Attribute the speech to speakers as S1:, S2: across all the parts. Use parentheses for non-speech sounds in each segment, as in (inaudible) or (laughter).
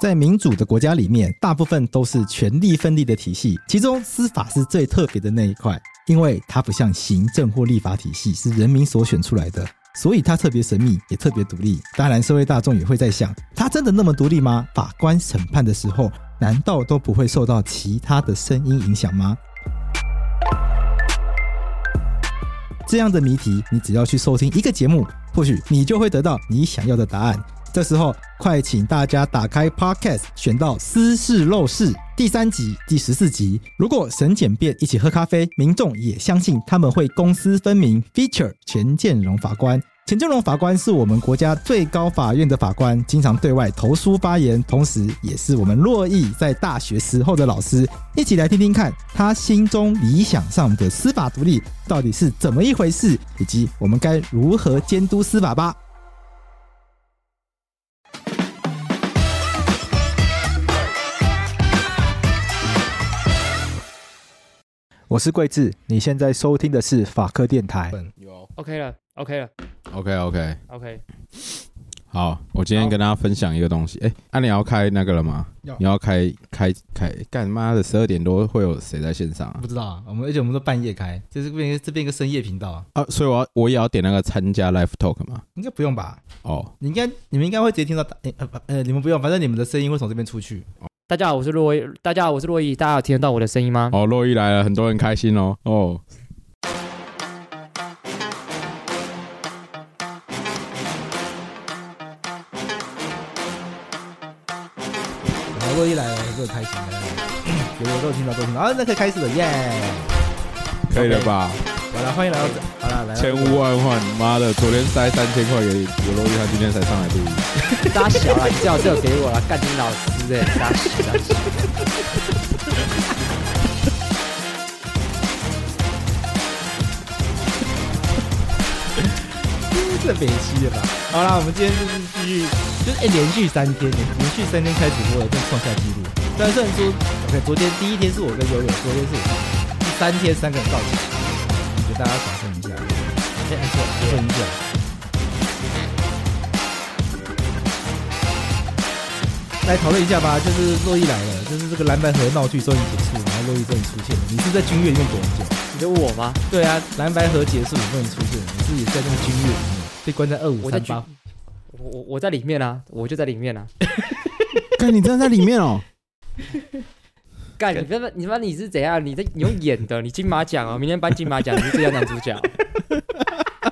S1: 在民主的国家里面，大部分都是权力分立的体系，其中司法是最特别的那一块，因为它不像行政或立法体系是人民所选出来的，所以它特别神秘，也特别独立。当然，社会大众也会在想，它真的那么独立吗？法官审判的时候，难道都不会受到其他的声音影响吗？这样的谜题，你只要去收听一个节目，或许你就会得到你想要的答案。这时候，快请大家打开 Podcast，选到《私事陋室》第三集、第十四集。如果神简便一起喝咖啡，民众也相信他们会公私分明。Feature 钱建荣法官，钱建荣法官是我们国家最高法院的法官，经常对外投书发言，同时也是我们洛邑在大学时候的老师。一起来听听看他心中理想上的司法独立到底是怎么一回事，以及我们该如何监督司法吧。我是桂智，你现在收听的是法科电台。
S2: 有
S3: OK 了，OK 了
S2: OK OK，
S3: ，OK。
S2: 好，我今天
S3: 好
S2: 跟大家分享一个东西。哎、啊，你要开那个了吗？
S1: 要
S2: 你要开开开干妈的十二点多会有谁在线上啊
S1: 不？知道啊，我们而且我们都半夜开，这是变这变一个深夜频道啊，
S2: 啊，所以我要我也要点那个参加 Live Talk 嘛。
S1: 应该不用吧？
S2: 哦，
S1: 你应该你们应该会直接听到打，诶呃呃，你们不用，反正你们的声音会从这边出去。
S3: 大家好，我是洛伊。大家好，我是洛伊。大家有听得到我的声音吗？
S2: 哦，洛伊来了，很多人开心哦。哦，
S1: 好，洛伊来了，这个开心的，有有都听到都听到啊，那可以开始了耶！
S2: 可以了吧
S1: 好了，欢迎来到这，好了，来到
S2: 千呼万唤，妈的，昨天塞三千块给给洛伊，他今天才上来录音。
S3: 大小啊，你最好这个给我了，干你老师哎，大小大小。
S1: 这北区了吧？好啦，我们今天就是继续，就是、诶连续三天，连连续三天开直播了，再创下纪录。虽然虽然说，OK，昨天第一天是我跟悠悠，昨天是我，第三天三个人到齐，你觉得大家享受一下，先按错，按一下。来讨论一下吧，就是洛伊来了，就是这个蓝白河闹剧终于结束，然后洛伊终于出现了。你是在君越里面躲很久？
S3: 你是我吗？
S1: 对啊，蓝白河结束，你不能出现，你自己在那个军乐里面被关在二五
S3: 我在
S1: 三
S3: 举
S1: 八。
S3: 我我我在里面啊，我就在里面啊。
S2: 看你真的在里面哦。
S3: 干，你他妈你他妈你是怎样？你在你用演的？你金马奖哦，明天颁金马奖，你是最佳男主角。哦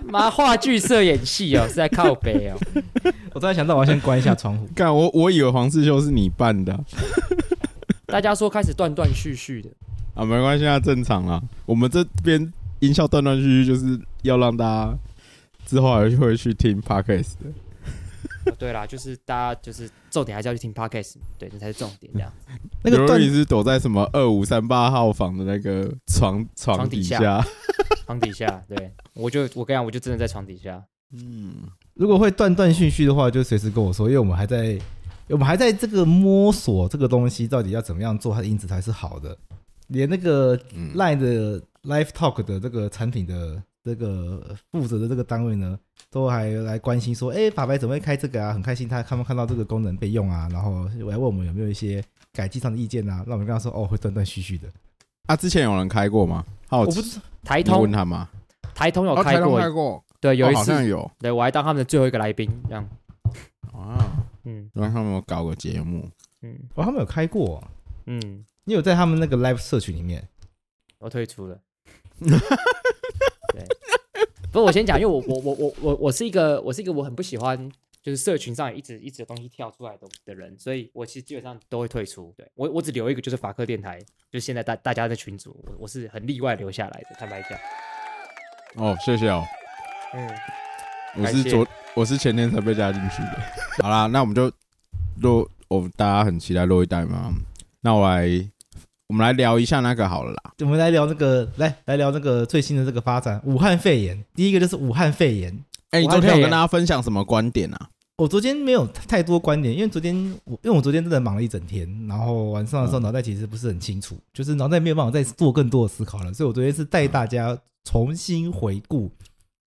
S3: 妈，话剧社演戏哦，是在靠北哦。
S1: 我突然想到，我要先关一下窗户。
S2: 干，我我以为黄世修是你办的
S3: 大家说开始断断续续的，
S2: 啊，没关系啊，正常啦。我们这边音效断断续续，就是要让大家之后还会去听 podcast 的。
S3: 哦对啦，就是大家就是重点还是要去听 podcast，对，这才是重点。这样，
S1: (laughs) 那个
S2: 尤
S1: 断
S2: 里是躲在什么二五三八号房的那个床床
S3: 床
S2: 底
S3: 底下床底下，对我就我跟你讲，我就真的在床底下。
S2: 嗯，
S1: 如果会断断续续的话，就随时跟我说，因为我们还在，我们还在这个摸索这个东西到底要怎么样做，它的音质才是好的。连那个
S2: 嗯
S1: Line 的 Live Talk 的这个产品的这个负责的这个单位呢，都还来关心说，哎、法白怎么会开这个啊？很开心他看不看到这个功能被用啊？然后来问我们有没有一些改进上的意见啊？那我们跟他说，哦，会断断续续的。
S2: 啊，之前有人开过吗？好
S1: 我
S2: 奇，
S1: 不知
S3: 台
S2: 你问
S3: 通
S2: 他吗？
S3: 台通有
S2: 哦
S3: 开
S2: 通
S3: 过，
S2: 过，
S3: 对，有
S2: 哦
S3: 一
S2: 好
S3: 次，
S2: 像有
S3: 对我还当他们的最后一个来宾，这样，
S2: 啊，
S3: 嗯
S2: 让他们有搞个节目。
S3: 嗯
S1: 哦，他们有开过、哦，
S3: 嗯，
S1: 你有在他们那个 Live 社群里面，
S3: 我退出
S2: (laughs)
S3: 了。对，不是我先讲，因为我我我我我我是一个我是一个我很不喜欢。就是社群上一直一直有东西跳出来的的人，所以我其实基本上都会退出。对我，我只留一个就是法克电台，就是现在大大家的群组，我我是很例外留下来的，坦白讲。
S2: 哦，谢谢哦，
S3: 嗯，
S2: 我
S3: 感
S2: 是
S3: 谢
S2: 昨我是前天才被加进去的。 (laughs) 好啦，那我们就录，我们大家很期待录一代嘛。那我来，我们来聊一下那个好了啦。
S1: 我们来聊那个，来来聊那个最新的这个发展，武汉肺炎。第一个就是武汉肺炎，
S2: 哎、你
S3: 我还
S2: 昨天有
S3: 可以
S2: 跟
S3: 耶
S2: 大家分享什么观点啊？
S1: 我昨天没有太多观点，因为昨天我因为我昨天真的忙了一整天，然后晚上的时候脑袋其实不是很清楚，就是脑袋没有办法再做更多的思考了，所以我昨天是带大家重新回顾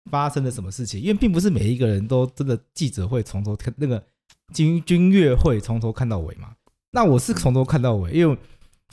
S1: 发生了什么事情，因为并不是每一个人都真的记者会从头看那个军军乐会从头看到尾嘛。那我是从头看到尾，因为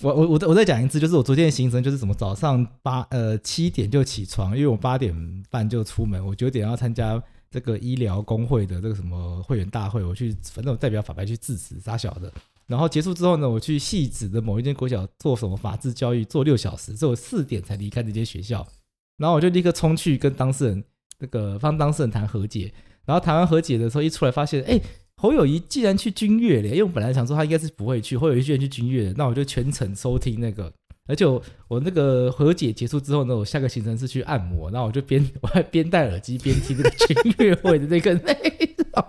S1: 我我我再我再讲一次，就是我昨天的行程就是什么早上八呃七点就起床，因为我八点半就出门，我九点要参加这个医疗工会的这个什么会员大会，我去反正我代表法白去致辞傻小的。然后结束之后呢，我去戏子的某一间国小做什么法制教育，做六小时，所以我四点才离开这间学校。然后我就立刻冲去跟当事人那个帮当事人谈和解。然后谈完和解的时候，一出来发现，哎，侯友谊既然去军乐了，因为我本来想说他应该是不会去，侯友谊居然去军乐了，那我就全程收听那个。而且我我那个和解结束之后呢，我下个行程是去按摩，然后我就边 (laughs) 我还边戴耳机边听那个军乐会的那个 (laughs) 内容。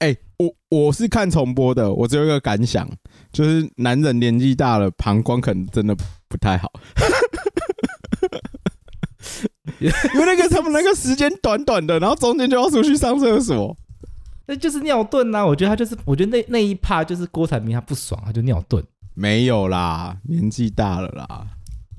S2: 哎、我我是看重播的，我只有一个感想，就是男人年纪大了，膀胱可能真的不太好。 (laughs) 因为那个他们那个时间短短的，然后中间就要出去上厕所。
S1: 那就是尿遁呐、我觉得他就是，我觉得那那一趴就是郭台铭他不爽，他就尿遁，
S2: 没有啦，年纪大了啦，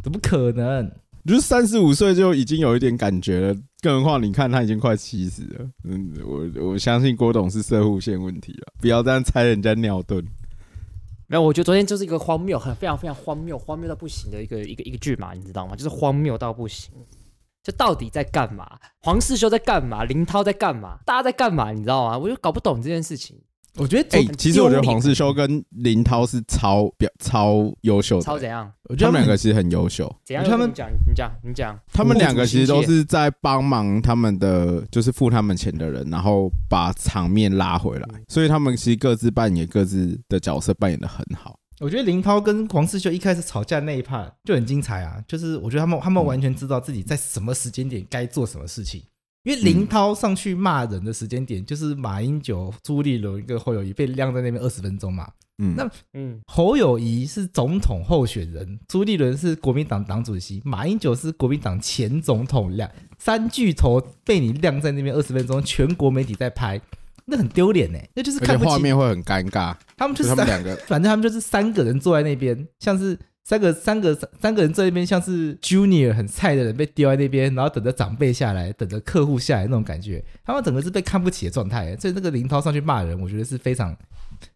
S1: 怎么可能？
S2: 就是三十五岁就已经有一点感觉了，更何况你看他已经快七十了。嗯，我我相信郭董是射护线问题了，不要这样猜人家尿遁。
S3: 没有，我觉得昨天就是一个荒谬，很非常非常荒谬，荒谬到不行的一个一个一个剧嘛，你知道吗？就是荒谬到不行。这到底在干嘛？黄世修在干嘛？林涛在干嘛？大家在干嘛？你知道吗？我就搞不懂这件事情，
S1: 我觉得
S2: 哎、
S1: 昨
S2: 其实我觉
S3: 丢
S2: 得
S3: 脸
S2: 黄世修跟林涛是超表超优秀的，
S3: 超怎样？
S1: 我觉
S2: 他
S1: 得
S2: 们两
S1: 个
S2: 个其实很优秀，
S3: 怎样？
S1: 我觉得他们
S3: 你讲，你讲，你讲。
S2: 他们两个其实都
S3: 父母
S2: 是在帮忙他们的，就是付他们钱的人，然后把场面拉回来，所以他们其实各自扮演各自的角色，扮演的很好。
S1: 我觉得林涛跟黄世修一开始吵架那一 part 就很精彩啊，就是我觉得他们他们完全知道自己在什么时间点该做什么事情。因为林涛上去骂人的时间点，就是马英九、朱立伦跟侯友谊被晾在那边二十分钟嘛。
S2: 嗯，
S1: 那
S3: 嗯，
S1: 侯友谊是总统候选人，朱立伦是国民党党主席，马英九是国民党前总统，两三巨头被你晾在那边二十分钟，全国媒体在拍，那很丢脸呢。那就是
S2: 而且
S1: 看不
S2: 画
S1: 起
S2: 面会很尴尬，
S1: 他们，就
S2: 就是他们两个
S1: 反正他们就是三个人坐在那边，像是三个三个三个人坐在那边，像是 junior 很菜的人被丢在那边，然后等着长辈下来，等着客户下来那种感觉。他们整个是被看不起的状态，所以那个林涛上去骂人，我觉得是非常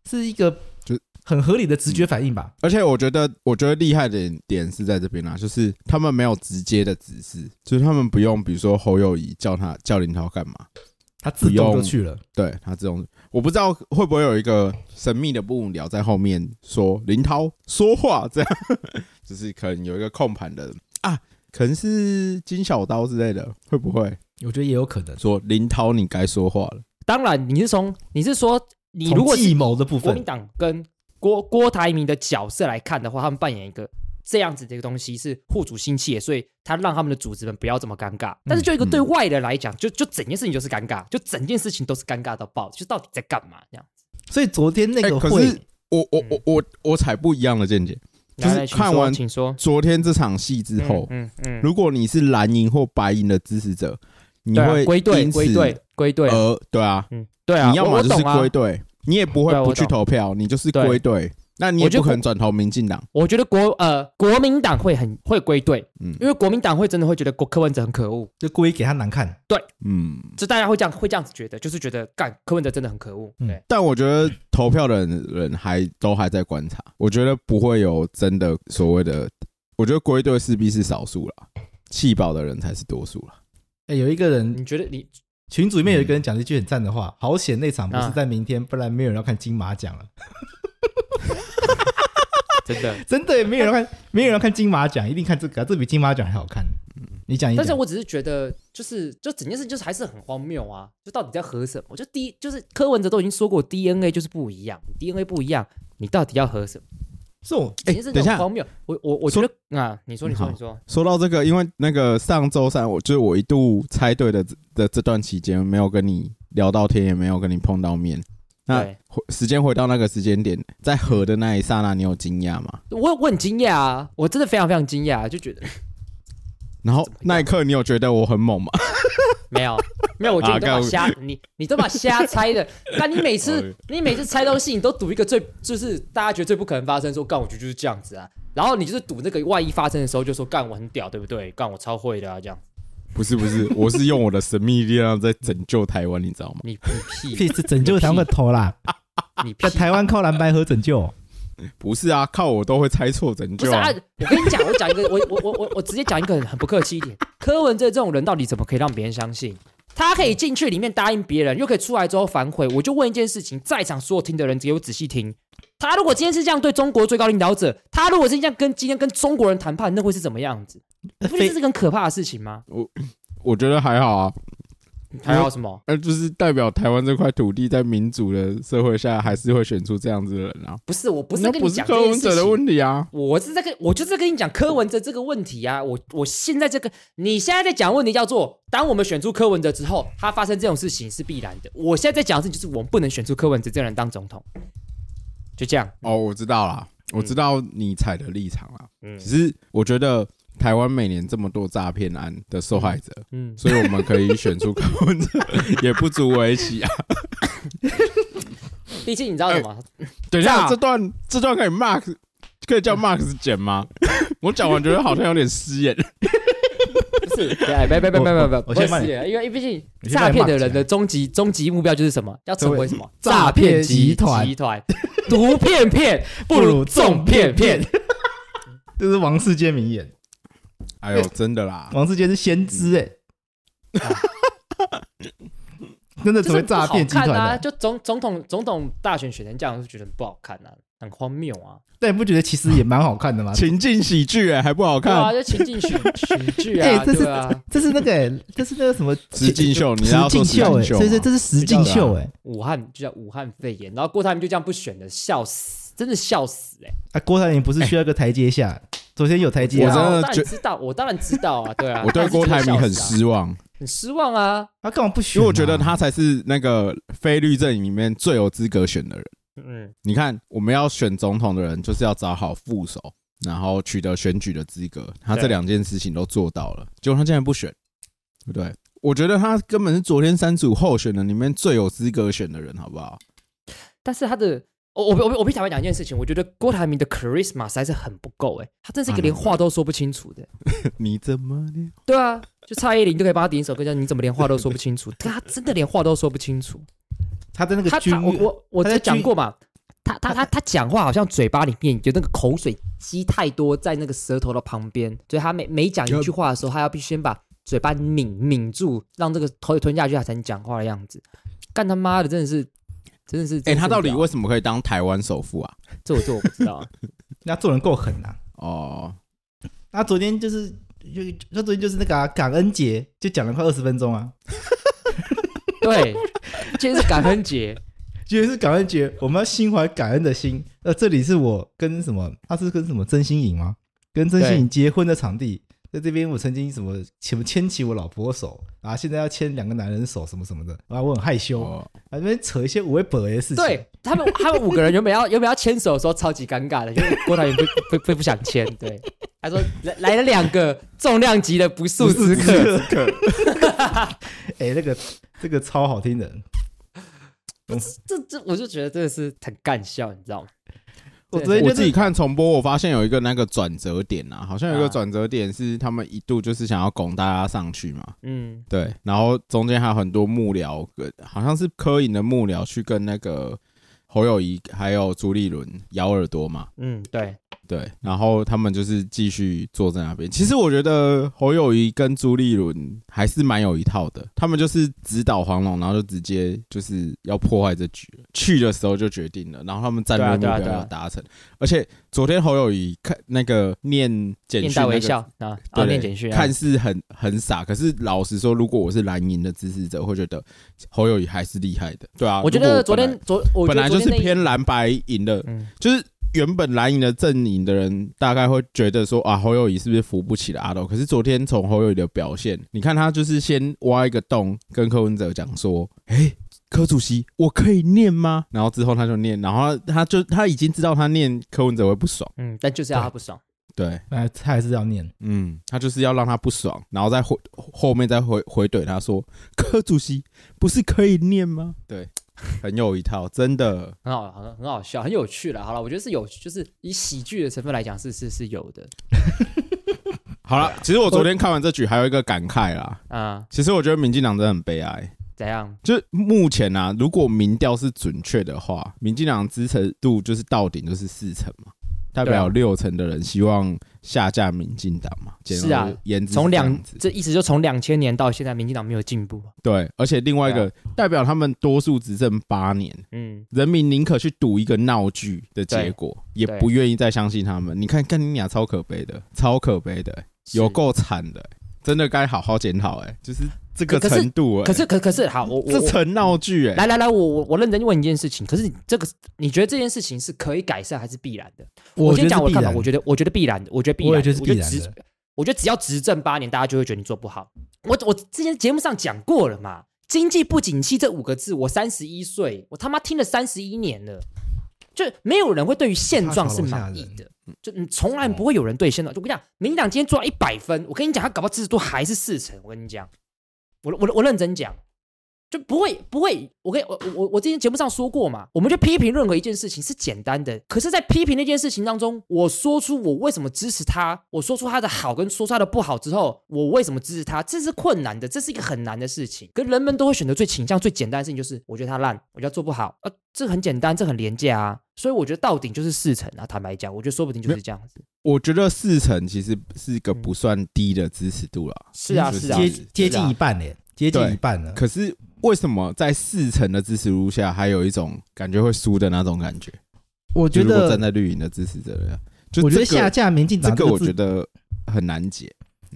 S1: 是一个
S2: 就
S1: 很合理的直觉反应吧。
S2: 而且我觉得，我觉得厉害的点点是在这边啦、啊就是他们没有直接的指示，就是他们不用，比如说侯友谊叫他叫林涛干嘛，
S1: 他自动
S2: 不
S1: 就
S2: 用
S1: 去了，
S2: 对他这种，我不知道会不会有一个神秘的幕僚在后面说林涛说话这样， (laughs) 就是可能有一个控盘的人啊，可能是金小刀之类的，会不会
S1: 我觉得也有可能。
S2: 说林涛你该说话了？
S3: 当然，你是从你是说你如果
S1: 从
S3: 是
S1: 计谋的部
S3: 国民
S1: 分，
S3: 党跟郭郭台铭的角色来看的话，他们扮演一个这样子的一个东西是护主心切，所以他让他们的组织们不要这么尴尬。
S2: 嗯
S3: 但是就一个对外的来讲，就就整件事情就是尴尬，就整件事情都是尴尬到爆，就到底在干嘛这样子？
S1: 所以昨天那
S2: 哎
S1: 个
S2: 可
S1: 会，
S2: 是我我
S3: 嗯
S2: 我我我才不一样的见解。就是
S3: 来来请
S2: 看
S3: 说
S2: 完
S3: 请说
S2: 昨天这场戏之
S3: 嗯
S2: 后，
S3: 嗯嗯，
S2: 如果你是蓝营或白营的支持者，你
S3: 对啊
S2: 会
S3: 归队
S2: 因此
S3: 归队归队，
S2: 而对啊，
S3: 嗯，对啊，
S2: 你要
S3: 我
S2: 么
S3: 我
S2: 就是
S3: 懂啊
S2: 归队，你也不会
S3: 对啊我
S2: 不去
S3: 懂
S2: 投票，你就是
S3: 对
S2: 归队。那你
S3: 我
S2: 也
S3: 觉得
S2: 不可能转投民进党，
S3: 我觉得国呃国民党会很会归队，
S2: 嗯
S3: 因为国民党会真的会觉得国柯文哲很可恶，
S1: 就故意给他难看。
S2: 嗯。
S3: 就大家会这样会这样子觉得，就是觉得干柯文哲真的很可恶，
S1: 嗯
S3: 对，
S2: 但我觉得投票的人人还都还在观察，我觉得不会有真的所谓的，我觉得归队势必是少数啦，弃保的人才是多数啦。
S1: 哎，有一个人
S3: 你觉得你
S1: 群组里面有一个人讲了一句很赞的话：“好险那场不是
S3: 啊
S1: 在明天，不然没有人要看金马奖了。”
S3: 真的？
S1: 真的耶没有人看，没有人看金马奖，一定看这个啊、这比金马奖还好看。你讲一
S3: (laughs) 但
S1: 讲，
S3: 是我只是觉得，就是就整件事就是还是很荒谬啊！就到底在合什么？就第一就是柯文哲都已经说过 DNA 就是不一样，DNA 不一样，你到底要合什么？
S1: 是我
S2: 哎
S3: 整件事
S2: 等
S3: 就
S2: 一下嗯
S3: 很荒谬。我我我觉得啊，你说你说
S2: 好
S3: 你说，
S2: 说到这个，因为那个上周三，我就是我一度猜对的这的这段期间，没有跟你聊到天，也没有跟你碰到面。那
S3: 对
S2: 回时间回到那个时间点，在合的那一刹那，你有惊讶吗？
S3: 我我很惊讶啊，我真的非常非常惊讶，就觉得
S2: 然后那一刻，你有觉得我很猛吗？ (laughs)
S3: 没有 (laughs) 没有，我觉得你都
S2: 啊
S3: 把
S2: 干我
S3: 瞎你你都把瞎猜的，但你每次你每次猜东西，你都赌一个最就是大家觉得最不可能发生，说干我觉得就是这样子啊，然后你就是赌那个万一发生的时候，就说干我很屌，对不对？干我超会的啊，这样。
S2: 不是不是，我是用我的神秘力量在拯救台湾，你知道吗？
S3: 你
S2: (laughs)
S3: 你
S1: 屁
S3: 屁
S1: 是拯救台湾的头
S3: (laughs)
S1: 啦！
S3: 啊你屁
S1: 那台湾靠蓝白河拯救，
S2: 不是啊，靠我都会猜错拯
S3: 不
S2: 救、
S3: 是啊
S2: 啊。！
S3: 我跟你讲，我讲一个，我我我我我直接讲一个很不客气一点，柯文哲这种人到底怎么可以让别人相信？他可以进去里面答应别人，又可以出来之后反悔。我就问一件事情，在场所有听的人只有仔细听。他如果今天是这样对中国最高领导者，他如果是这样跟今天跟中国人谈判，那会是怎么样子？你不觉得
S1: 非
S3: 这是个很可怕的事情吗？
S2: 我觉得还好啊，
S3: 还有什么？
S2: 呃，就是代表台湾这块土地在民主的社会下，还是会选出这样子的人啊。
S3: 不是，我不是
S2: 那
S3: 跟
S2: 不
S3: 你
S2: 是
S3: 讲
S2: 柯
S3: 这件
S2: 文
S3: 事
S2: 哲的
S3: 情。
S2: 问题啊。
S3: 我是在跟，我就是在跟你讲柯文哲这个问题啊。我我现在这个，你现在在讲问题叫做，当我们选出柯文哲之后，他发生这种事情是必然的。我现在在讲的事情就是，我们不能选出柯文哲这个人当总统，就这样。
S2: 哦，我知道啦，我知道你踩的立场啦。
S3: 嗯
S2: 只是我觉得台湾每年这么多诈骗案的受害者，
S3: 嗯，
S2: 所以我们可以选出柯文哲， (laughs) 也不足为奇啊。
S3: 毕竟你知道什么？
S2: (laughs)
S1: 哎
S2: 等一
S3: 这
S2: 下，
S3: 样
S2: 这段这段可以 Max 可以叫 Max 剪吗？ (laughs) 我讲完觉得好像有点失言。
S3: 不是，对，别别别别别，不
S1: 我先帮
S3: 是，
S1: 你
S3: 因为毕竟
S1: 我先帮
S3: 诈
S1: 你
S3: 骗的
S1: mark 起来
S3: 人的终极终极目标就是什么？要成为什么？
S1: 成为诈骗集
S3: 集
S1: 团
S3: 集团，毒骗骗不如重骗骗。，
S1: (laughs) 这是王世坚名言。
S2: 哎呦，真的啦，
S1: 王世坚是先知哎、真 (laughs) 的
S3: 就
S1: 成
S3: 是
S1: 为
S3: 不
S1: 诈
S3: 好
S1: 骗集团
S3: 看
S1: 了、
S3: 啊！就总总统总统大选选成这样，就觉得不好看啊，很荒谬啊！
S1: 但你不觉得其实也蛮好看的吗？
S2: 情境喜剧哎，还不好
S3: 对啊，
S2: 看。
S3: 就情景喜喜剧
S1: 哎
S3: 啊，
S1: 这是
S3: 对啊，
S1: 这是那个、欸，这是那个什么
S2: 实境秀你
S1: 实
S2: 要说
S1: 境
S2: 实境秀
S1: 秀哎、
S2: 嘛
S1: 所以说这是实境秀哎、
S3: 武汉就叫武汉肺炎，然后郭台铭就这样不选了，笑死，真的笑死哎、
S1: 啊，郭台铭不是需要一个台阶下？昨天有台阶、
S2: 我
S1: 啊
S2: 真，
S3: 当
S2: 的
S3: 然
S2: 觉
S3: 知道，我当然知道啊，对啊，
S2: (laughs) 我对郭台铭很
S3: 失
S2: 失望，
S3: 啊很失望啊，
S1: 他干嘛不选、
S2: 因为我觉得，他才是那个非律阵营里面最有资格选的人。
S3: 嗯，
S2: 你看，我们要选总统的人，就是要找好副手，然后取得选举的资格。他这
S3: 对
S2: 两件事情都做到了，结果他竟然不选，对不对？我觉得他根本是昨天三组候选人里面最有资格选的人，好不好？
S3: 但是他的。我我我我必须坦白讲一件事情，我觉得郭台铭的 charisma 实在是很不够哎、他真是一个连话都说不清楚的、
S2: 你怎么了？
S3: 对啊，就蔡依林都可以帮他点一首歌叫《你怎么连话都说不清楚》， (laughs) 但他真的连话都说不清楚。
S1: 他的那个
S3: 他
S1: 军
S3: 他我我我
S1: 他
S3: 之
S1: 在
S3: 前讲
S1: 军
S3: 过嘛，他他他他讲话好像嘴巴里面有那个口水积太多在那个舌头的旁边，所以他每每讲一句话的时候，他要必须先把嘴巴抿抿住，让这个口水吞下去，他才能讲话的样子。干他妈的，真的是，真的是，
S2: 哎、
S3: 真的是
S2: 他到底
S3: 无聊
S2: 为什么可以当台湾首富啊？
S3: 这我这我不知道啊。
S1: 那做人够狠啊。
S2: 哦，
S1: 他昨天就是就他昨天就是那个、啊、感恩节，就讲了快二十分钟啊。
S3: 对，今天是感恩节，
S1: 今天是感恩节，我们要心怀感恩的心。呃，这里是我跟什么？他是跟什么曾心颖吗？跟曾心颖结婚的场地，在这边我曾经什么什么牵起我老婆手啊，现在要牵两个男人手什么什么的，啊，我很害羞，啊，
S2: 哦
S1: 那边扯一些无谓本的事情。
S3: 对，他们他们五个人原本要原本要牵手的时候超级尴尬的，因为郭台铭不不不不想牵，对，他说来来了两个重量级的不速之客，
S1: 客，哎、那个这个超好听的，
S3: 这这我就觉得真的是很干笑，你知道吗？
S1: 我昨天
S2: 我
S1: 就
S2: 自己
S1: 是
S2: 看重播，我发现有一个那个转折点啊，好像有一个
S3: 啊
S2: 转折点是他们一度就是想要拱大家上去嘛，
S3: 嗯，
S2: 对，然后中间还有很多幕僚，跟好像是柯颖的幕僚去跟那个侯友谊还有朱立伦咬耳朵嘛，
S3: 嗯，对，
S2: 对，然后他们就是继续坐在那边。其实我觉得侯友谊跟朱立伦还是蛮有一套的，他们就是指导黄龙，然后就直接就是要破坏这局了，去的时候就决定了，然后他们战略目
S3: 对啊
S2: 标
S3: 对啊对啊
S2: 要达成。而且昨天侯友谊看那个念
S3: (laughs)
S2: 简
S3: 面
S2: 讯
S3: 带
S2: 那
S3: 微
S2: 个
S3: 笑啊，
S2: 对
S3: 啊，
S2: 对
S3: 念简讯啊，
S2: 看似很很傻，可是老实说，如果我是蓝营的支持者，会觉得侯友谊还是厉害的，对啊。
S3: 我觉
S2: 如果
S3: 得昨
S2: 本
S3: 天
S2: 来
S3: 昨我觉
S2: 本
S3: 得
S2: 来就
S3: 昨
S2: 是
S3: 天那一
S2: 偏蓝白赢的，
S3: 嗯
S2: 就是原本蓝营的阵营的人大概会觉得说啊，侯友谊是不是扶不起了阿斗？可是昨天从侯友谊的表现，你看他就是先挖一个洞，跟柯文哲讲说，哎、柯主席，我可以念吗？然后之后他就念，然后他就他已经知道他念柯文哲会不爽，
S3: 嗯，但就是要他不爽，
S2: 对，
S1: 哎，他还是要念，
S2: 嗯，他就是要让他不爽，然后再回后面再回回怼他说：“柯主席不是可以念吗？”对，很有一套，真的。
S3: 很好，很很好笑，很有趣了。好了，我觉得是有，就是以喜剧的成分来讲是是是有的。
S2: 好了
S3: 对啊，
S2: 其实我昨天看完这局还有一个感慨啦，
S3: 啊、
S2: 其实我觉得民进党真的很悲哀。
S3: 怎样？
S2: 就是目前啊，如果民调是准确的话，民进党支持度就是到顶就是四成嘛，代
S3: 对啊
S2: 表六成的人希望下架民进党嘛。简而
S3: 是啊
S2: 言之是
S3: 从
S2: 这样
S3: 两
S2: 子
S3: 这意思就从两千年到现在，民进党没有进步。啊
S2: 对，而且另外一个代表他们多数执政八年，
S3: 嗯，
S2: 人民宁可去赌一个闹剧的结果，也
S3: 对
S2: 不愿意再相信他们。你看，干你俩超可悲的，超可悲的、有
S3: 是。
S2: 够惨的、真的该好好检讨哎，就是这个
S3: 可可是
S2: 程度哎、
S3: 可是可可是好，
S2: (laughs)
S3: 我我
S2: 这
S3: 我
S2: 成闹剧哎，
S3: 来来来，我我我认真问你一件事情，可是你这个你觉得这件事情是可以改善还是必然的？
S1: 我
S3: 先
S1: 觉得
S3: 讲
S1: 是
S3: 我
S1: 必
S3: 的看法，
S1: 然，
S3: 我觉得我觉得必然的，我觉得必然
S1: 我
S3: 的，
S1: 也觉得是必然
S3: 执
S1: 的。
S3: 我觉得只要执政八年，大家就会觉得你做不好。我我之前节目上讲过了嘛，经济不景气这五个字，我三十一岁，我他妈听了三十一年了，就没有人会对于现状是满意的，就你从来不会有人对现状。就我跟你讲，民进党今天做到一百分，我跟你讲，他搞不好支持度还是四成。我跟你讲，我我我认真讲。就不会不会，我跟我我我之前节目上说过嘛，我们去批评任何一件事情是简单的，可是，在批评那件事情当中，我说出我为什么支持他，我说出他的好跟说出他的不好之后，我为什么支持他，这是困难的，这是一个很难的事情。可人们都会选择最倾向最简单的事情，就是我觉得他烂，我觉得他做不好，呃，这很简单，这很廉价啊。所以我觉得到顶就是四成啊，坦白讲，我觉得说不定就是这样子。
S2: 我觉得四成其实是一个
S1: 嗯
S2: 不算低的支持度了。
S3: 是啊，
S2: 就是
S3: 是啊，
S2: 接
S3: 是啊
S1: 接近一半嘞，接近
S2: 对
S1: 一半了。
S2: 可是为什么在四成的支持度下，还有一种感觉会输的那种感觉？
S1: 我
S2: 就
S1: 觉
S2: 如果站
S1: 得，
S2: 在绿营的支持者的，就
S1: 我觉得
S2: 这个
S1: 下架民进
S2: 这
S1: 党
S2: 个
S1: 个
S2: 我
S1: 字
S2: 觉得很难解。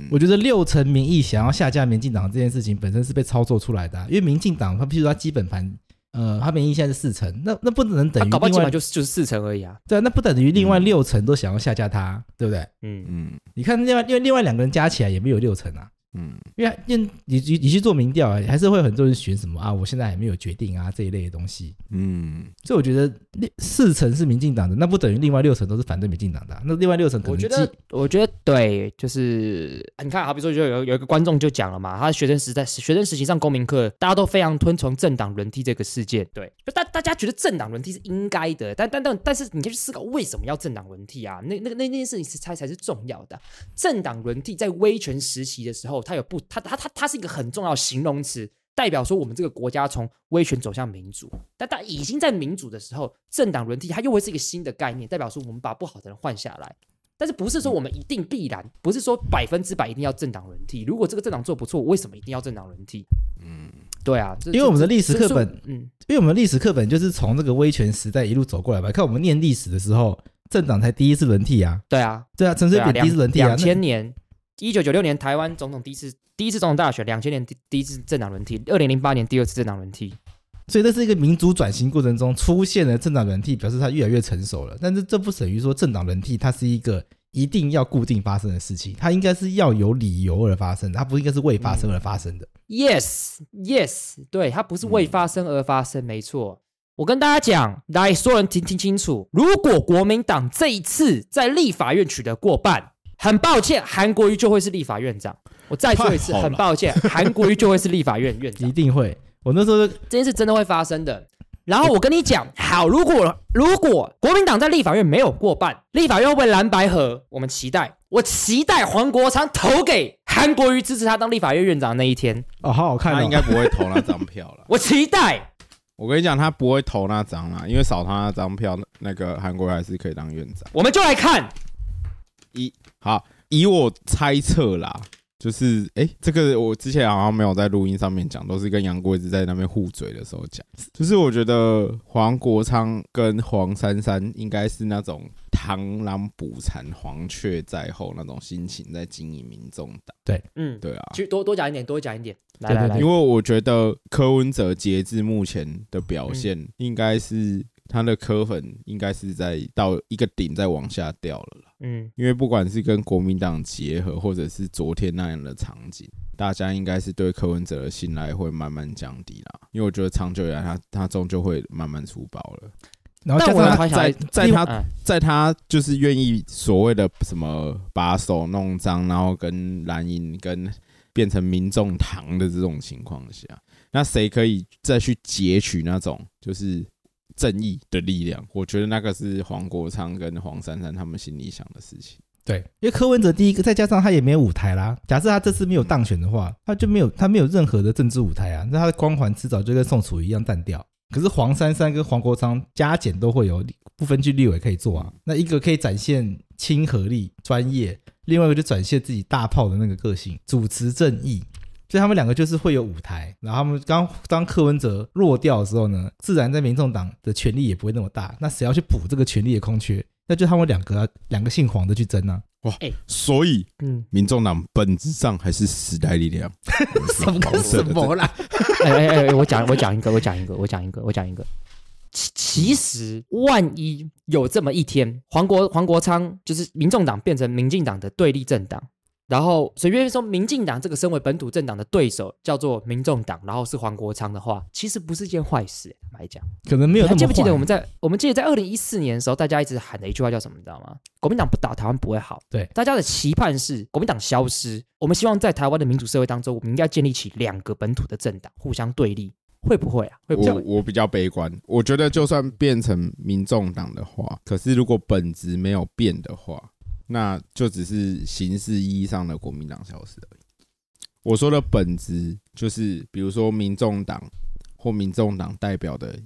S1: 我觉得六成民意想要下架民进党这件事情本身是被操作出来的啊、因为民进党它譬如它基本盘，呃，它民意现在是四成，那那不能等
S3: 他
S1: 于
S3: 啊搞不好
S1: 另
S3: 基本
S1: 外
S3: 上就是就是四成而已啊。
S1: 对啊，那不等于另外
S2: 嗯
S1: 六成都想要下架它，对不对？
S3: 嗯，
S2: 嗯
S1: 你看另外因为另外两个人加起来也没有六成啊，
S2: 嗯，
S1: 因为因为你你你去做民调啊，还是会有很多人选什么啊，我现在还没有决定啊这一类的东西，
S2: 嗯，
S1: 所以我觉得六四成是民进党的，那不等于另外六成都是反对民进党的啊、那另外六成可能
S3: 我觉
S1: 基
S3: 得，我觉得对，就是你看，好比说，就有有一个观众就讲了嘛，他学生时代、学生时期上公民课，大家都非常推崇政党轮替这个事件。对，就大大家觉得政党轮替是应该的，但但但但是你就去思考为什么要政党轮替啊？那那那那件事情是才才是重要的啊、政党轮替在威权时期的时候，它有不，它它它它是一个很重要的形容词。代表说我们这个国家从威权走向民主，但但已经在民主的时候，政党轮替它又会是一个新的概念，代表说我们把不好的人换下来，但是不是说
S1: 嗯
S3: 我们一定必然，不是说百分之百一定要政党轮替。如果这个政党做不错，我为什么一定要政党轮替？嗯，对啊，这
S1: 因为我们的历史课，
S3: 这
S1: 本
S3: 这嗯，
S1: 因为我们历史课本就是从这个威权时代一路走过来吧。看我们念历史的时候，政党才第一次轮替啊，
S3: 对啊，
S1: 对啊，陈水
S3: 对啊，
S1: 扁第一次轮替啊，
S3: 两
S1: 那
S3: 千年，一九九六年台湾总统第一次第一次总统大选，两千年第第一次政党轮替，二零零八年第二次政党轮替，
S1: 所以这是一个民主转型过程中出现了政党轮替，表示它越来越成熟了。但是这不等于说政党轮替它是一个一定要固定发生的事情，它应该是要有理由而发生的，它不应该是为发生而发生的。
S3: Yes, yes，对，它不是
S2: 嗯
S3: 为发生而发生，没错。我跟大家讲，来，所有人听听清楚，如果国民党这一次在立法院取得过半，很抱歉，韩国瑜就会是立法院长。我再说一次，
S2: 太好了
S3: 很抱歉，韩国瑜就会是立法院院长
S2: (laughs)
S1: 一。定会。我那时候就
S3: 这件事真的会发生的。然后我跟你讲，好，如果如果国民党在立法院没有过半，立法院会不会蓝白合？我们期待，我期待黄国昌投给韩国瑜支持他当立法院院长的那一天，
S1: 哦，好好看
S2: 他
S1: 哦，
S2: 应该不会投那张票了。
S3: 我期待。
S2: (laughs) 我跟你讲，他不会投那张啦，因为少他那张票，那个韩国瑜还是可以当院长。
S3: 我们就来看，
S2: 好，以我猜测啦，就是哎、诶这个我之前好像没有在录音上面讲，都是跟杨贵枝在那边互嘴的时候讲。就是我觉得黄国昌跟黄珊珊应该是那种螳螂捕蝉，黄雀在后那种心情在经营民众党。
S3: 嗯，
S2: 对啊，
S3: 去多多讲一点，多讲一点，来
S1: 对对
S3: 来
S1: 对
S3: 来
S2: 因为，我觉得柯文哲截至目前的表现，应该是他的柯粉应该是在到一个顶再往下掉了啦。
S3: 嗯，
S2: 因为不管是跟国民党结合，或者是昨天那样的场景，大家应该是对柯文哲的信赖会慢慢降低啦。因为我觉得长久以来他，他终究会慢慢出包了。
S1: 然后加
S3: 但我
S1: 上
S3: 的
S1: 他
S3: 话想来
S2: 在在他
S3: 嗯
S2: 在他就是愿意所谓的什么把手弄脏，然后跟蓝营跟变成民众堂的这种情况下，那谁可以再去截取那种就是正义的力量？我觉得那个是黄国昌跟黄珊珊他们心里想的事情。
S4: 对，
S1: 因为柯文哲第一个，再加上他也没有舞台啦。假设他这次没有当选的话，他就没有他没有任何的政治舞台啊，那他的光环迟早就跟宋楚瑜一样淡掉。可是黄珊珊跟黄国昌加减都会有不分区立委可以做啊，那一个可以展现亲和力、专业，另外一个就展现自己大炮的那个个性，主持正义。所以他们两个就是会有舞台，然后他们刚当柯文哲弱掉的时候呢，自然在民众党的权力也不会那么大，那谁要去补这个权力的空缺？那就他们两个啊两个姓黄的去争啊。
S2: 所以
S3: 嗯，
S2: 民众党本质上还是时代
S3: (laughs)
S2: 力量。
S1: 什么跟什么啦？
S3: 哎哎哎哎，我讲我讲一个，我讲一个，我讲一个，我讲一个。其其实，万一有这么一天，黄国黄国昌就是民众党变成民进党的对立政党，然后所以因为说民进党这个身为本土政党的对手叫做民众党，然后是黄国昌的话，其实不是件坏事、欸。坦白讲，
S1: 可能没有那
S3: 你还
S1: 么
S3: 记不记
S1: 坏
S3: 得我们在我们记得在二零一四年的时候，大家一直喊的一句话叫什么？你知道吗？国民党不倒，台湾不会好。
S1: 对
S3: 大家的期盼是国民党消失。我们希望在台湾的民主社会当中，我们应该建立起两个本土的政党，互相对立，会不会啊？会不
S2: 我
S3: 会？
S2: 我比较悲观，我觉得就算变成民众党的话，可是如果本质没有变的话，那就只是形式意义上的国民党消失而已。我说的本质就是，比如说民众党或民众党代表的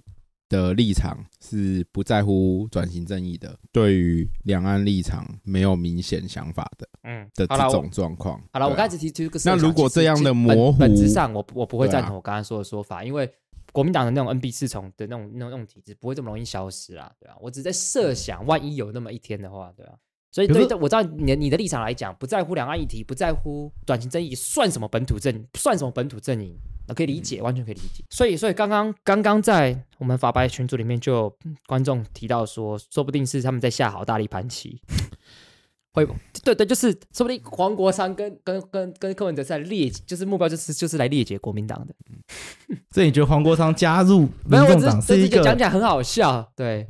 S2: 的立场是不在乎转型正义的，对于两岸立场没有明显想法的
S3: 嗯，
S2: 的
S3: 好啦
S2: 这
S3: 我
S2: 种状况。
S3: 好了，我
S2: 对啊
S3: 刚才只提出一个设
S2: 那
S3: 想。
S2: 如果
S3: 其实
S2: 这样的
S3: 本
S2: 模糊
S3: 本质上我不我不会
S2: 对
S3: 赞
S2: 啊
S3: 同我刚刚说的说法，因为国民党的那种 NB 四重的那种那种那种体制不会这么容易消失啦，对啊，我只在设想，万一有那么一天的话，对啊。所以
S1: 可
S3: 对
S1: 是
S3: 于我知道你的你的立场来讲，不在乎两岸议题，不在乎短期争议，算什么本土阵，算什么本土阵营？啊可以理
S1: 嗯
S3: 解，完全可以理解。所以，所以刚刚刚刚在我们法白群组里面就有观众提到说，说不定是他们在下好大力盘棋，会对对，就是说不定黄国昌跟跟跟跟柯文哲是在列，就是目标就是就是来列解国民党的。
S1: 所以你觉得黄国昌加入民
S3: 没有，我
S1: 众
S3: 只
S1: 党
S3: 只
S1: 是一
S3: 是觉
S1: 个
S3: 得？讲起来很好笑，对，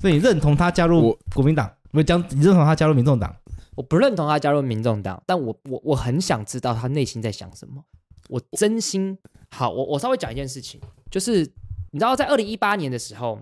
S1: 所以你认同他加入
S2: 我
S1: 国民党？不是讲你认同他加入民众党？
S3: 我不认同他加入民众党，但我我我很想知道他内心在想什么。我真心好，我我稍微讲一件事情，就是你知道，在二零一八年的时候，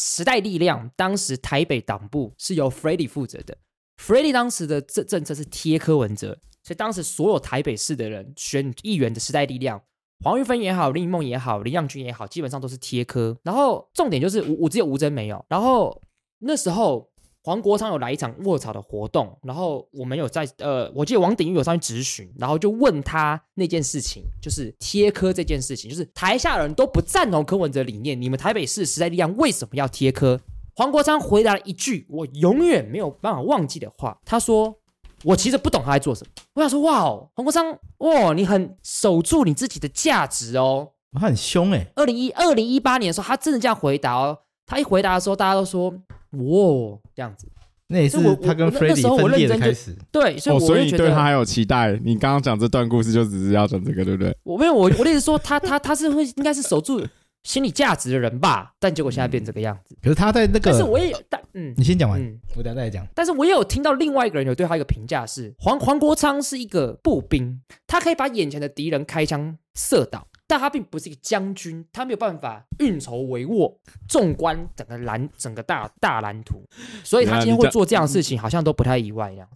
S3: 时代力量当时台北党部是由 f r e d d y 负责的 f r e d d y 当时的政政策是贴柯文哲，所以当时所有台北市的人选议员的时代力量。黄玉芬也好，林以梦也好，林亮君也好，基本上都是贴科。然后重点就是我我只有吴征没有。然后那时候黄国昌有来一场卧草的活动，然后我们有在呃，我记得王鼎玉有上去质询，然后就问他那件事情，就是贴科这件事情，就是台下人都不赞同柯文哲理念，你们台北市时代力量为什么要贴科？黄国昌回答了一句我永远没有办法忘记的话，他说：“我其实不懂他在做什么。”我想说：“哇哦，黄国昌，哇，你很守住你自己的价值哦。”
S1: 他很凶哎、
S3: 二零一二零一八年的时候，他真的这样回答哦。他一回答的时候，大家都说“哇”这样子。
S1: 那也
S3: 所以我
S1: 是他跟
S3: 我那
S1: Freddy
S3: 时候我
S1: 分裂的
S3: 认真就
S1: 开始。
S3: 对，所以我
S2: 哦，
S3: 就
S2: 所以你
S3: 觉得，
S2: 对他还有期待。你刚刚讲这段故事，就只是要讲这个，对不对？
S3: 我没有我我的意思说他他他是会应该是守住心理价值的人吧，但结果现在变这个样
S2: 嗯
S3: 子。
S1: 可是他在那
S3: 但是
S1: 个，
S3: 我也有，但嗯
S1: 你先讲完，
S3: 嗯，
S1: 我等下再来讲。
S3: 但是我也有听到另外一个人有对他一个评价是黄黄国昌是一个步兵，他可以把眼前的敌人开枪射倒，但他并不是一个将军，他没有办法运筹帷幄，纵观整个蓝整个大大蓝图，所以
S2: 啊
S3: 他今天会做这样的事情，好像都不太意外一样。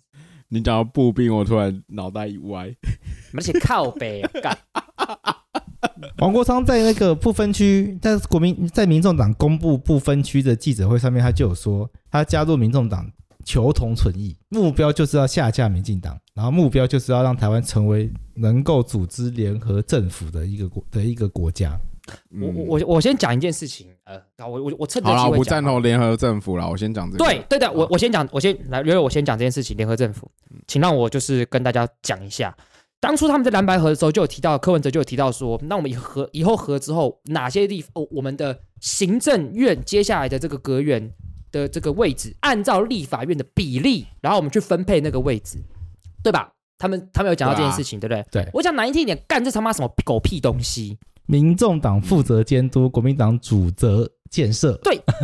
S2: 你讲到步兵，我突然脑袋一歪。
S3: 而且靠北啊，干
S1: 黄国昌在那个不分区，在国民在民众党公布不分区的记者会上面，他就有说，他加入民众党求同存异，目标就是要下架民进党，然后目标就是要让台湾成为能够组织联合政府的一个国的一个国家。
S3: 我
S2: 嗯
S3: 我我我先讲一件事情，呃，我我我趁这
S2: 好
S3: 个机
S2: 啦，
S3: 会
S2: 我不
S3: 讲
S2: 赞
S3: 好了
S2: 同联合政府啦，我先讲这个。
S3: 对对的，我
S2: 好嗯
S3: 我先讲，我先来，因为我先讲这件事情，联合政府，请让我就是跟大家讲一下，当初他们在蓝白合的时候就有提到，柯文哲就有提到说，那我们以合以后合之后，哪些地方、哦我们的行政院接下来的这个阁员的这个位置，按照立法院的比例，然后我们去分配那个位置，对吧？他们他们有讲到这件
S2: 啊
S3: 事情，对不对？
S1: 对
S3: 我讲难听一点，干这他妈什么狗屁东西！
S1: 民众党负责监督，国民党主责建设。
S3: 啊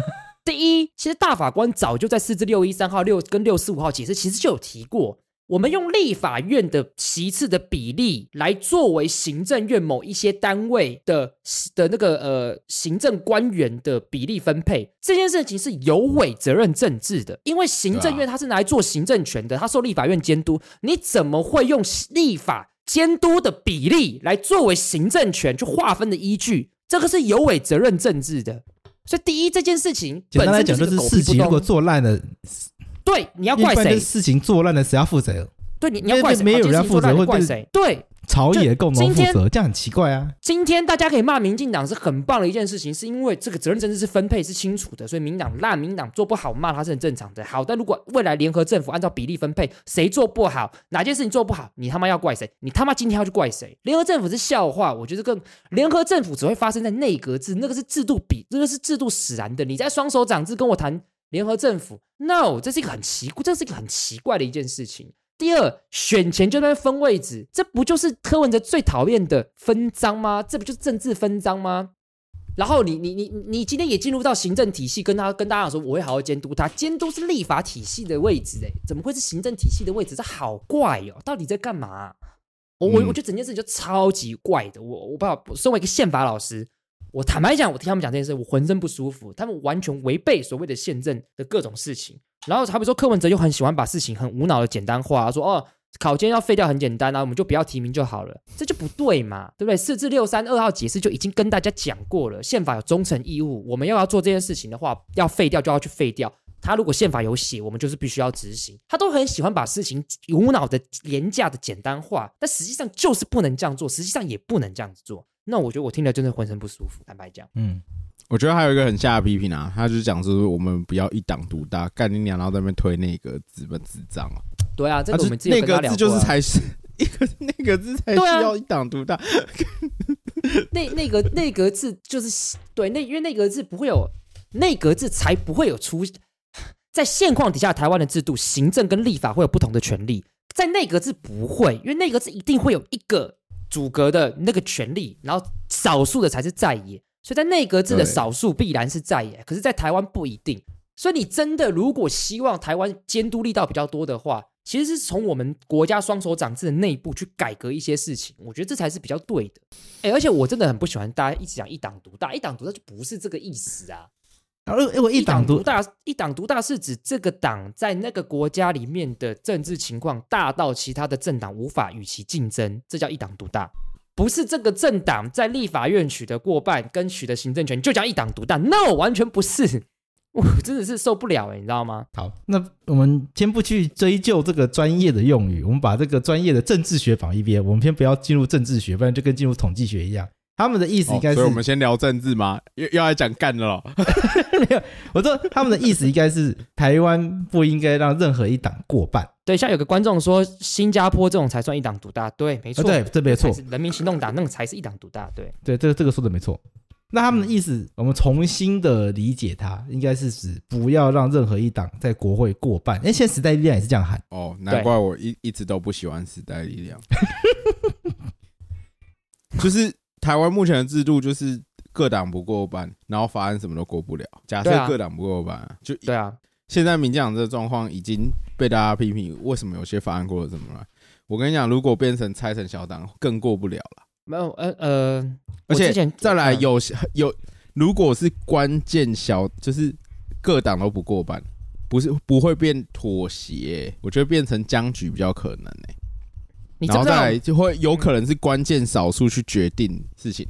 S3: 第一，其实大法官早就在四至六一三号六跟六四五号解释，其实就有提过，我们用立法院的席次的比例来作为行政院某一些单位的的那个呃行政官员的比例分配，这件事情是有违责任政治的，因为行政
S2: 对
S3: 院
S2: 啊
S3: 它是拿来做行政权的，它受立法院监督，你怎么会用立法监督的比例来作为行政权去划分的依据？这个是有违责任政治的。所以，第一这件事情
S1: 简
S3: 本
S1: 单来
S3: 身
S1: 讲，
S3: 就
S1: 就是
S3: 一个狗屁
S1: 事情
S3: 不
S1: 如果
S3: 通
S1: 做烂了，
S3: 对你要
S1: 一
S3: 怪
S1: 般
S3: 谁
S1: 就是？事情做烂了，谁要负责？
S3: 对你，你要
S1: 那
S3: 怪
S1: 那
S3: 谁？
S1: 没有
S3: 把这
S1: 人
S3: 件
S1: 要
S3: 事情
S1: 负
S3: 做到
S1: 责
S3: 你
S1: 会
S3: 怪
S1: 被
S3: 谁？对，
S1: 朝野共
S3: 今
S1: 同负
S3: 天
S1: 责，这样很奇怪啊。
S3: 今天大家可以骂民进党是很棒的一件事情，是因为这个责任政治是分配是清楚的，所以民进党烂，民进党做不好骂他是很正常的。好，但如果未来联合政府按照比例分配，谁做不好，哪件事情做不好，你他妈要怪谁？你他妈今天要去怪谁？联合政府是笑话，我觉得更联合政府只会发生在内阁制，那个是制度比，那个是制度使然的。你在双手掌制跟我谈联合政府，no，这是一个很奇，这是一个很奇怪的一件事情。第二，选前就在那边分位置，这不就是柯文哲最讨厌的分赃吗？这不就是政治分赃吗？然后你你你你今天也进入到行政体系，跟他跟大家讲说，我会好好监督他，监督是立法体系的位置，哎，怎么会是行政体系的位置？这好怪哦，到底在干嘛啊、我我
S2: 嗯
S3: 我觉得整件事情就超级怪的，我我不知道，我身为一个宪法老师，我坦白讲，我听他们讲这件事，我浑身不舒服。他们完全违背所谓的宪政的各种事情。然后，好比说柯文哲又很喜欢把事情很无脑的简单化，说哦，考监要废掉很简单啊，我们就不要提名就好了，这就不对嘛，对不对？四至六三二号解释就已经跟大家讲过了，宪法有忠诚义务，我们要要做这件事情的话，要废掉就要去废掉。他如果宪法有写，我们就是必须要执行。他都很喜欢把事情无脑的、廉价的简单化，但实际上就是不能这样做，实际上也不能这样子做。那我觉得我听了真的浑身不舒服，坦白讲。
S1: 嗯，
S2: 我觉得还有一个很下的批评啊，他就是讲说我们不要一党独大，干你娘，然后在那边推那个资本智障啊，
S3: 对啊，这
S2: 啊
S3: 个
S2: 就
S3: 我们之前有
S2: 那
S3: 跟他
S2: 个
S3: 聊
S2: 字
S3: 过
S2: 就
S3: 啊、
S2: 是才是一个那个字才需
S3: 对啊
S2: 要一党独大，
S3: 内内阁内阁制就是对内，因为内阁制不会有内阁制才不会有出 (sighs) 在现况底下台湾的制度，行政跟立法会有不同的权利，在内阁制不会，因为内阁制一定会有一个阻隔的那个权利，然后少数的才是在野，所以在内阁制的
S2: 对
S3: 少数必然是在野，可是，在台湾不一定。所以你真的如果希望台湾监督力道比较多的话，其实是从我们国家双手掌制的内部去改革一些事情，我觉得这才是比较对的。哎，而且我真的很不喜欢大家一直讲一党独大，一党独大就不是这个意思啊。
S1: 啊如果一党独
S3: 大，一党独大是指这个党在那个国家里面的政治情况大到其他的政党无法与其竞争，这叫一党独大。不是这个政党在立法院取得过半跟取得行政权就叫一党独大，no，完全不是。我真的是受不了哎、你知道吗？
S1: 好，那我们先不去追究这个专业的用语，我们把这个专业的政治学放一边，我们先不要进入政治学，不然就跟进入统计学一样。他们的意思应
S2: 哦
S1: 该是，
S2: 所以我们先聊政治吗？又又要来讲干的了，
S1: 我说他们的意思应该是，台湾不应该让任何一党过半。
S3: 对，像有个观众说，新加坡这种才算一党独大，对，没
S1: 啊
S3: 错，
S1: 对，，这没错
S3: 才，是人民行动党那种才是一党独大，对，
S1: 对，这个这个说的没错。那他们的意思，我们重新的理解它，应该是指不要让任何一党在国会过半。哎，现在时代力量也是这样喊。
S2: 哦，难怪我一一直都不喜欢时代力量， (laughs) 就是台湾目前的制度就是各党不过半，然后法案什么都过不了。假
S3: 对
S2: 设
S3: 啊
S2: 各党不过半，就
S3: 对啊，
S2: 现在民进党这个状况已经被大家批评，为什么有些法案过得这么烂？我跟你讲，如果变成拆成小党，更过不了了。
S3: 没有，呃呃，我
S2: 而且
S3: 之前
S2: 再来
S3: 嗯
S2: 有有，如果是关键小，就是各党都不过半，不是不会变妥协，我觉得变成僵局比较可能欸
S3: 你知
S2: 然
S3: 不知
S2: 后再
S3: 道
S2: 来就会有可能是关键少数去决定事情。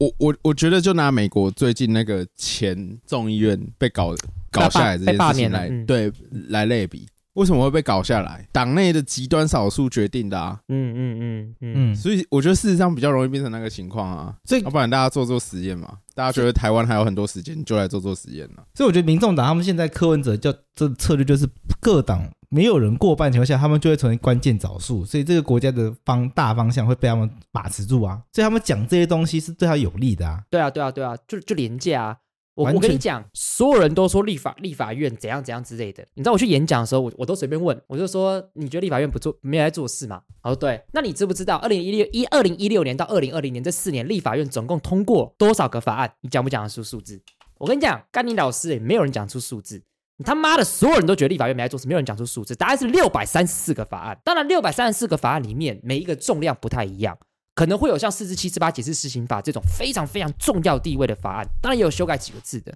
S2: 我我我觉得就拿美国最近那个前众议院被搞搞下来这件
S3: 被罢
S2: 事
S3: 免
S2: 情
S3: 了
S2: 来、
S3: 嗯
S2: 对来类比，为什么会被搞下来？党内的极端少数决定的啊，
S3: 嗯嗯嗯嗯，
S1: 嗯，
S2: 所以我觉得事实上比较容易变成那个情况啊。
S1: 所以
S2: 要不然大家做做实验嘛，大家觉得台湾还有很多时间，就来做做实验啊了。
S1: 所以我觉得民众党他们现在柯文哲叫这策略就是各党没有人过半情况下，他们就会成为关键少数，所以这个国家的方大方向会被他们把持住啊。所以他们讲这些东西是对他有利的啊。
S3: 对啊对啊对啊，就就廉价啊。我
S1: 完
S3: 我跟你
S1: 全
S3: 讲，所有人都说立法立法院怎样怎样之类的。你知道我去演讲的时候，我我都随便问，我就说你觉得立法院不做没有在做事吗？他说对。那你知不知道二零一六一二零一六年到二零二零年这四年，立法院总共通过多少个法案？你讲不讲得出数字？我跟你讲，甘宁老师也没有人讲出数字。你他妈的，所有人都觉得立法院没在做事，没有人讲出数字。答案是六百三十四个法案。当然，六百三十四个法案里面，每一个重量不太一样，可能会有像四至七、四八解释施行法这种非常非常重要地位的法案，当然也有修改几个字的。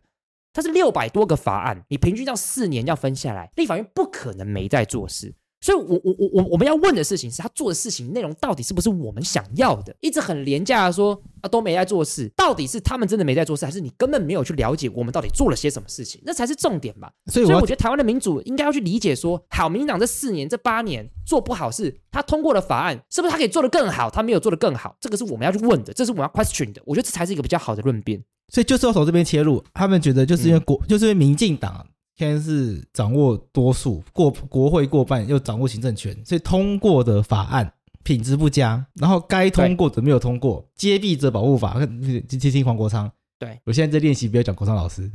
S3: 但是六百多个法案，你平均这样四年这样分下来，立法院不可能没在做事。所以我，我我我我们要问的事情是，他做的事情内容到底是不是我们想要的？一直很廉价的说啊，都没在做事，到底是他们真的没在做事，还是你根本没有去了解我们到底做了些什么事情？那才是重点吧。
S1: 所以
S3: 所
S1: 我
S3: 以
S1: 要
S3: 我觉得台湾的民主应该要去理解说，好，民进党这四年、这八年做不好事，他通过了法案，是不是他可以做得更好？他没有做得更好，这个是我们要去问的，这是我们要 question 的。我觉得这才是一个比较好的论辩。
S1: 所以就是要从这边切入，他们觉得就是因为国，就是因为民进党现在是掌握多数，过国会过半，又掌握行政权，所以通过的法案品质不佳，然后该通过的没有通过，接弊者保护法，听听听黄国昌，
S3: 对
S1: 我现在在练习，不要讲国昌老师。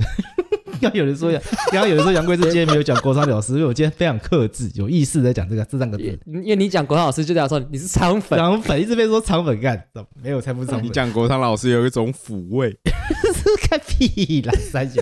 S1: 要有人说杨，刚刚有人说杨贵妃今天没有讲国昌老师，因为我今天非常克制，有意识在讲这个这三个字。
S3: 因为你讲国老师就这样说，你是长粉，
S1: 肠粉一直被说肠粉干，没有才不是肠粉
S2: 你。讲国昌老师有一种抚慰，
S1: 看屁啦，三小。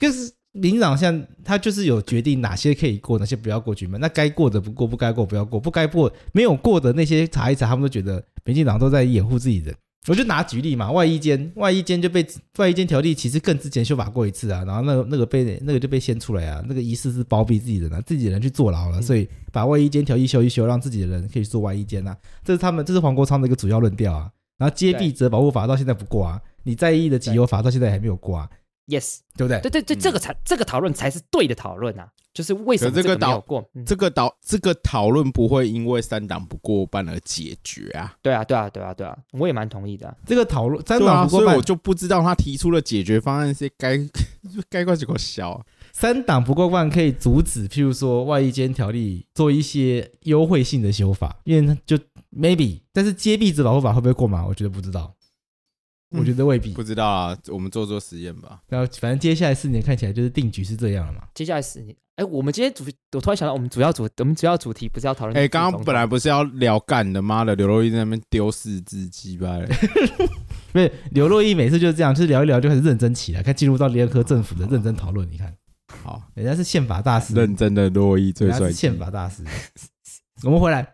S1: 就是民长像他就是有决定哪些可以过，哪些不要过局嘛。那该过的不过，不该过不要过，不该过没有过的那些查一查，他们都觉得民进党都在掩护自己人。我就拿举例嘛，外衣间外衣间就被外衣间条例其实更之前修法过一次啊，然后那个那个被那个就被掀出来啊，那个疑似是包庇自己人啊，自己人去坐牢了，
S3: 嗯
S1: 所以把外衣间条例修一修，让自己的人可以做外衣间啊，这是他们这是黄国昌的一个主要论调啊。然后接
S3: 对
S1: 弊者保护法到现在不过啊，你在意的集邮法到现在还没有过啊，
S3: Yes，
S1: 对不对？
S3: 对对对，
S2: 嗯
S3: 这个才这个讨论才是对的讨论啊，就是为什么
S2: 可是这个
S3: 没有
S2: 导
S3: 过？嗯
S2: 这个讨这个讨论不会因为三党不过半而解决啊。
S3: 对啊对啊对啊对啊，我也蛮同意的啊、
S1: 这个讨论三
S2: 对
S1: 党
S2: 啊，
S1: 不
S2: 所
S1: 过
S2: 以
S1: 半，
S2: 我就不知道他提出的解决方案是该 (laughs) 该怪这个小啊、
S1: 三党不过半可以阻止，譬如说外衣间条例做一些优惠性的修法，因为就 maybe，但是接壁纸保护法会不会过嘛？我觉得不知道，
S2: 嗯
S1: 我觉得未必。
S2: 不知道啊，我们做做实验吧。
S1: 然后反正接下来四年看起来就是定局是这样了嘛。
S3: 接下来是你，哎，我们今天主，我突然想到，我们主要主，我们主要主题不是要讨论
S2: 哎、
S3: 总统
S2: 刚刚本来不是要聊干的，妈的，刘若英在那边丢四只鸡巴 (laughs) 嘞，
S1: 不是刘若英每次就是这样，就是聊一聊就开始认真起来，看进入到联合政府的认真讨论。你看，
S2: 好，
S1: 人家是宪法大师，
S2: 认真的洛伊最
S1: 人家
S2: 帅
S1: 是
S2: 气
S1: 宪。法大师。 (laughs) 我们回来，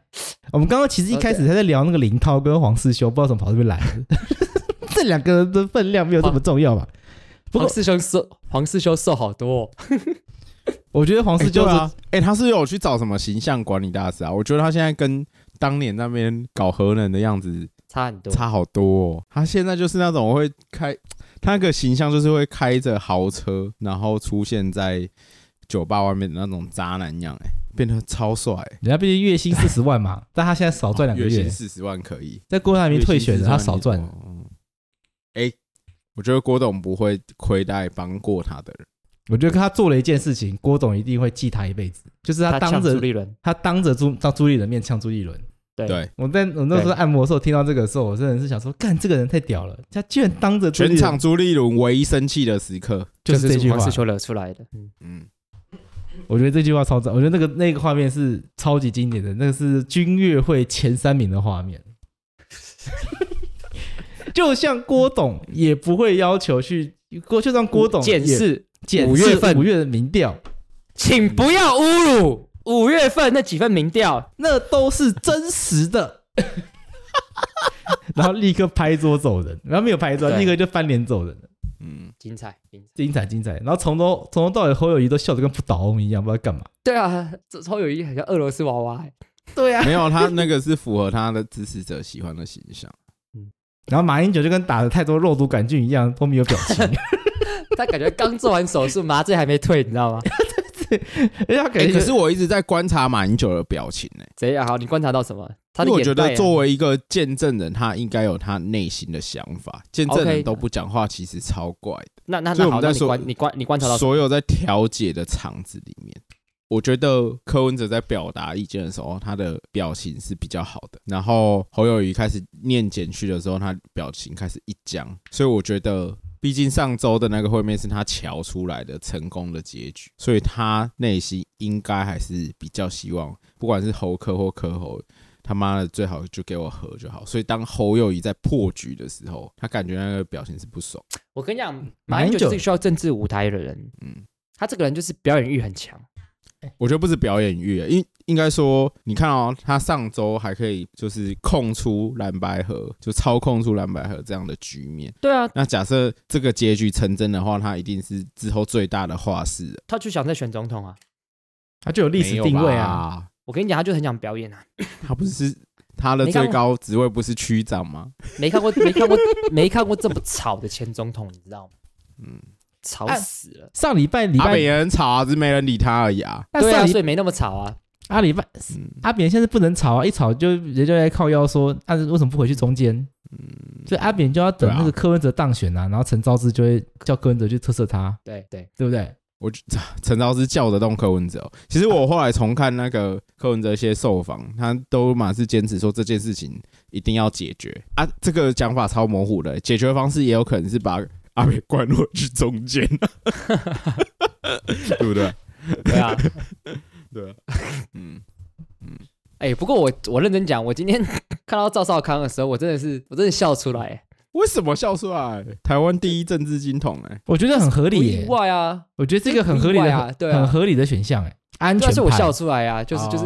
S1: 我们刚刚其实一开始还在聊那个林涛跟黄世修，不知道怎么跑这边来的。 (laughs) 这两个人的分量没有这么重要吧？不过
S3: 黄世修瘦，黄世修瘦好多、哦，
S1: 我觉得黄
S2: 哎、
S1: 世
S2: 对
S1: 修是、
S2: 啊，哎、他是有去找什么形象管理大师啊？我觉得他现在跟当年那边搞核能的样子
S3: 差很多。
S2: 差好多、哦。他现在就是那种会开，他那个形象就是会开着豪车，然后出现在酒吧外面的那种渣男样、哎，变得超帅、哎
S1: 人家毕竟月薪四十万
S2: (laughs)
S1: 嘛，但他现在少赚两个
S2: 月
S1: 月
S2: 薪，四十万可以，
S1: 在郭台铭退选了，他少赚
S2: 月薪40万。嗯哎、我觉得郭董不会亏待帮过他的人。
S1: 我觉得他做了一件事情，郭董一定会记他一辈子，就是他
S3: 他
S1: 当
S3: 呛朱
S1: 着
S3: 立伦，
S1: 他当着朱当朱立伦面呛朱立伦。
S3: 对
S2: 对，
S1: 我在我那时候按摩的时候听到这个的时候，我真的是想说，干这个人太屌了，他居然当着朱立
S2: 全
S1: 伦
S2: 场朱立伦唯一生气的时刻，
S1: 就是这句话
S3: 黄。世修惹出来的。嗯，
S2: 嗯，
S1: 我觉得这句话超赞，我觉得那个那个画面是超级经典的，那个是军乐会前三名的画面。就像郭董也不会要求去郭，就算郭董
S3: 检
S1: 也
S3: 视，
S1: 检视
S3: 五月份
S1: 五月的民调，
S3: 请不要侮辱五月份那几份民调。
S1: 那都是真实的。 (laughs) 然后立刻拍桌走人，然后没有拍桌，
S3: 对
S1: 立刻就翻脸走人了， (laughs)
S2: 嗯，
S3: (laughs) 精彩，精彩。
S1: 精彩精彩。然后从头从头到尾，侯友谊都笑得跟不倒翁一样，不知道干嘛。
S3: 对啊，这超有意义，很像俄罗斯娃娃、欸。
S1: 对啊，
S2: 没有他那个是符合他的支持者喜欢的形
S1: (laughs)
S2: 象。
S1: 然后马英九就跟打了太多肉毒杆菌一样，都没有表情。
S3: 他感觉刚做完手术，麻醉还没退，你知道吗？ (laughs)
S1: 人家感
S2: 哎、
S1: 觉、
S2: 可是我一直在观察马英九的表情啊呢、
S3: 怎样？好，你观察到什么？他
S2: 因
S3: 的
S2: 为我
S3: 眼
S2: 觉
S3: 袋
S2: 得
S3: 啊
S2: 作为一个见证人，他应该有他内心的想法。见证
S3: OK
S2: 人都不讲话，其实超怪的。
S3: 那那
S2: 所
S3: 那
S2: 以我
S3: 好，
S2: 们
S3: 那
S2: 在
S3: 你
S2: 说
S3: 观你观你观察到什么
S2: 所有在调解的场子里面，我觉得柯文哲在表达意见的时候，他的表情是比较好的。然后侯友谊开始念简讯的时候，他表情开始一僵，所以我觉得。毕竟上周的那个会面是他瞧出来的成功的结局，所以他内心应该还是比较希望，不管是侯科或科侯，他妈的最好就给我和就好。所以当侯友谊在破局的时候，他感觉那个表情是不爽。
S3: 我跟你讲，
S1: 马
S3: 马
S1: 英
S3: 英
S1: 九
S3: 九是需要政治舞台的人，
S2: 嗯
S3: 嗯，他这个人就是表演欲很强，
S2: 我觉得不是表演欲，应应该说，你看哦，他上周还可以就是控出蓝白河，就操控出蓝白河这样的局面。
S3: 对啊，
S2: 那假设这个结局成真的话，他一定是之后最大的画师了，
S3: 他就想再选总统啊。
S1: 他就有历史定位啊。
S3: 我跟你讲，他就很想表演啊，
S2: 没有吧。他不是他的
S3: 没看
S2: 最
S3: 过
S2: 高职位不是区长吗？
S3: 没看过没看过没看过这么吵的前总统，你知道吗？
S2: 嗯，
S3: 吵
S1: 啊
S3: 死了。
S1: 上礼拜礼
S2: 阿北
S1: 拜，
S2: 也很吵啊，只是没人理他而已啊。
S1: 那
S3: 对啊，
S1: 上礼
S3: 所以没那么吵啊。
S1: 阿礼拜
S2: 嗯，
S1: 阿扁现在不能吵啊，一吵就人家在靠腰说，他、为什么不回去中间？所以阿扁就要等
S2: 对啊
S1: 那个柯文哲当选啊，然后陈昭之就会叫柯文哲去特赦他，
S3: 对对，
S1: 对不对？
S2: 我觉陈昭是叫得动柯文哲哦、其实我后来重看那个柯文哲一些受访，他都马是坚持说这件事情一定要解决啊。这个讲法超模糊的，解决方式也有可能是把阿北关落去中间，对不对？
S1: (laughs)
S3: 对啊。
S2: 对，嗯，
S3: 哎、不过我我认真讲，我今天 (laughs) 看到赵少康的时候，我真的是我真的笑出来，
S2: 为什么笑出来？台湾第一政治金童、哎，
S1: 我觉得很合
S3: 不
S1: 理、
S3: 意
S1: 耶，
S3: 外啊。
S1: 我觉得这个很合理
S3: 不意
S1: 的，
S3: 外啊对啊
S1: 很合理的选项，哎，安
S3: 对
S1: 全
S3: 啊，
S1: 牌，
S3: 所以我笑出来啊，就是
S2: 哦
S3: (laughs) 就是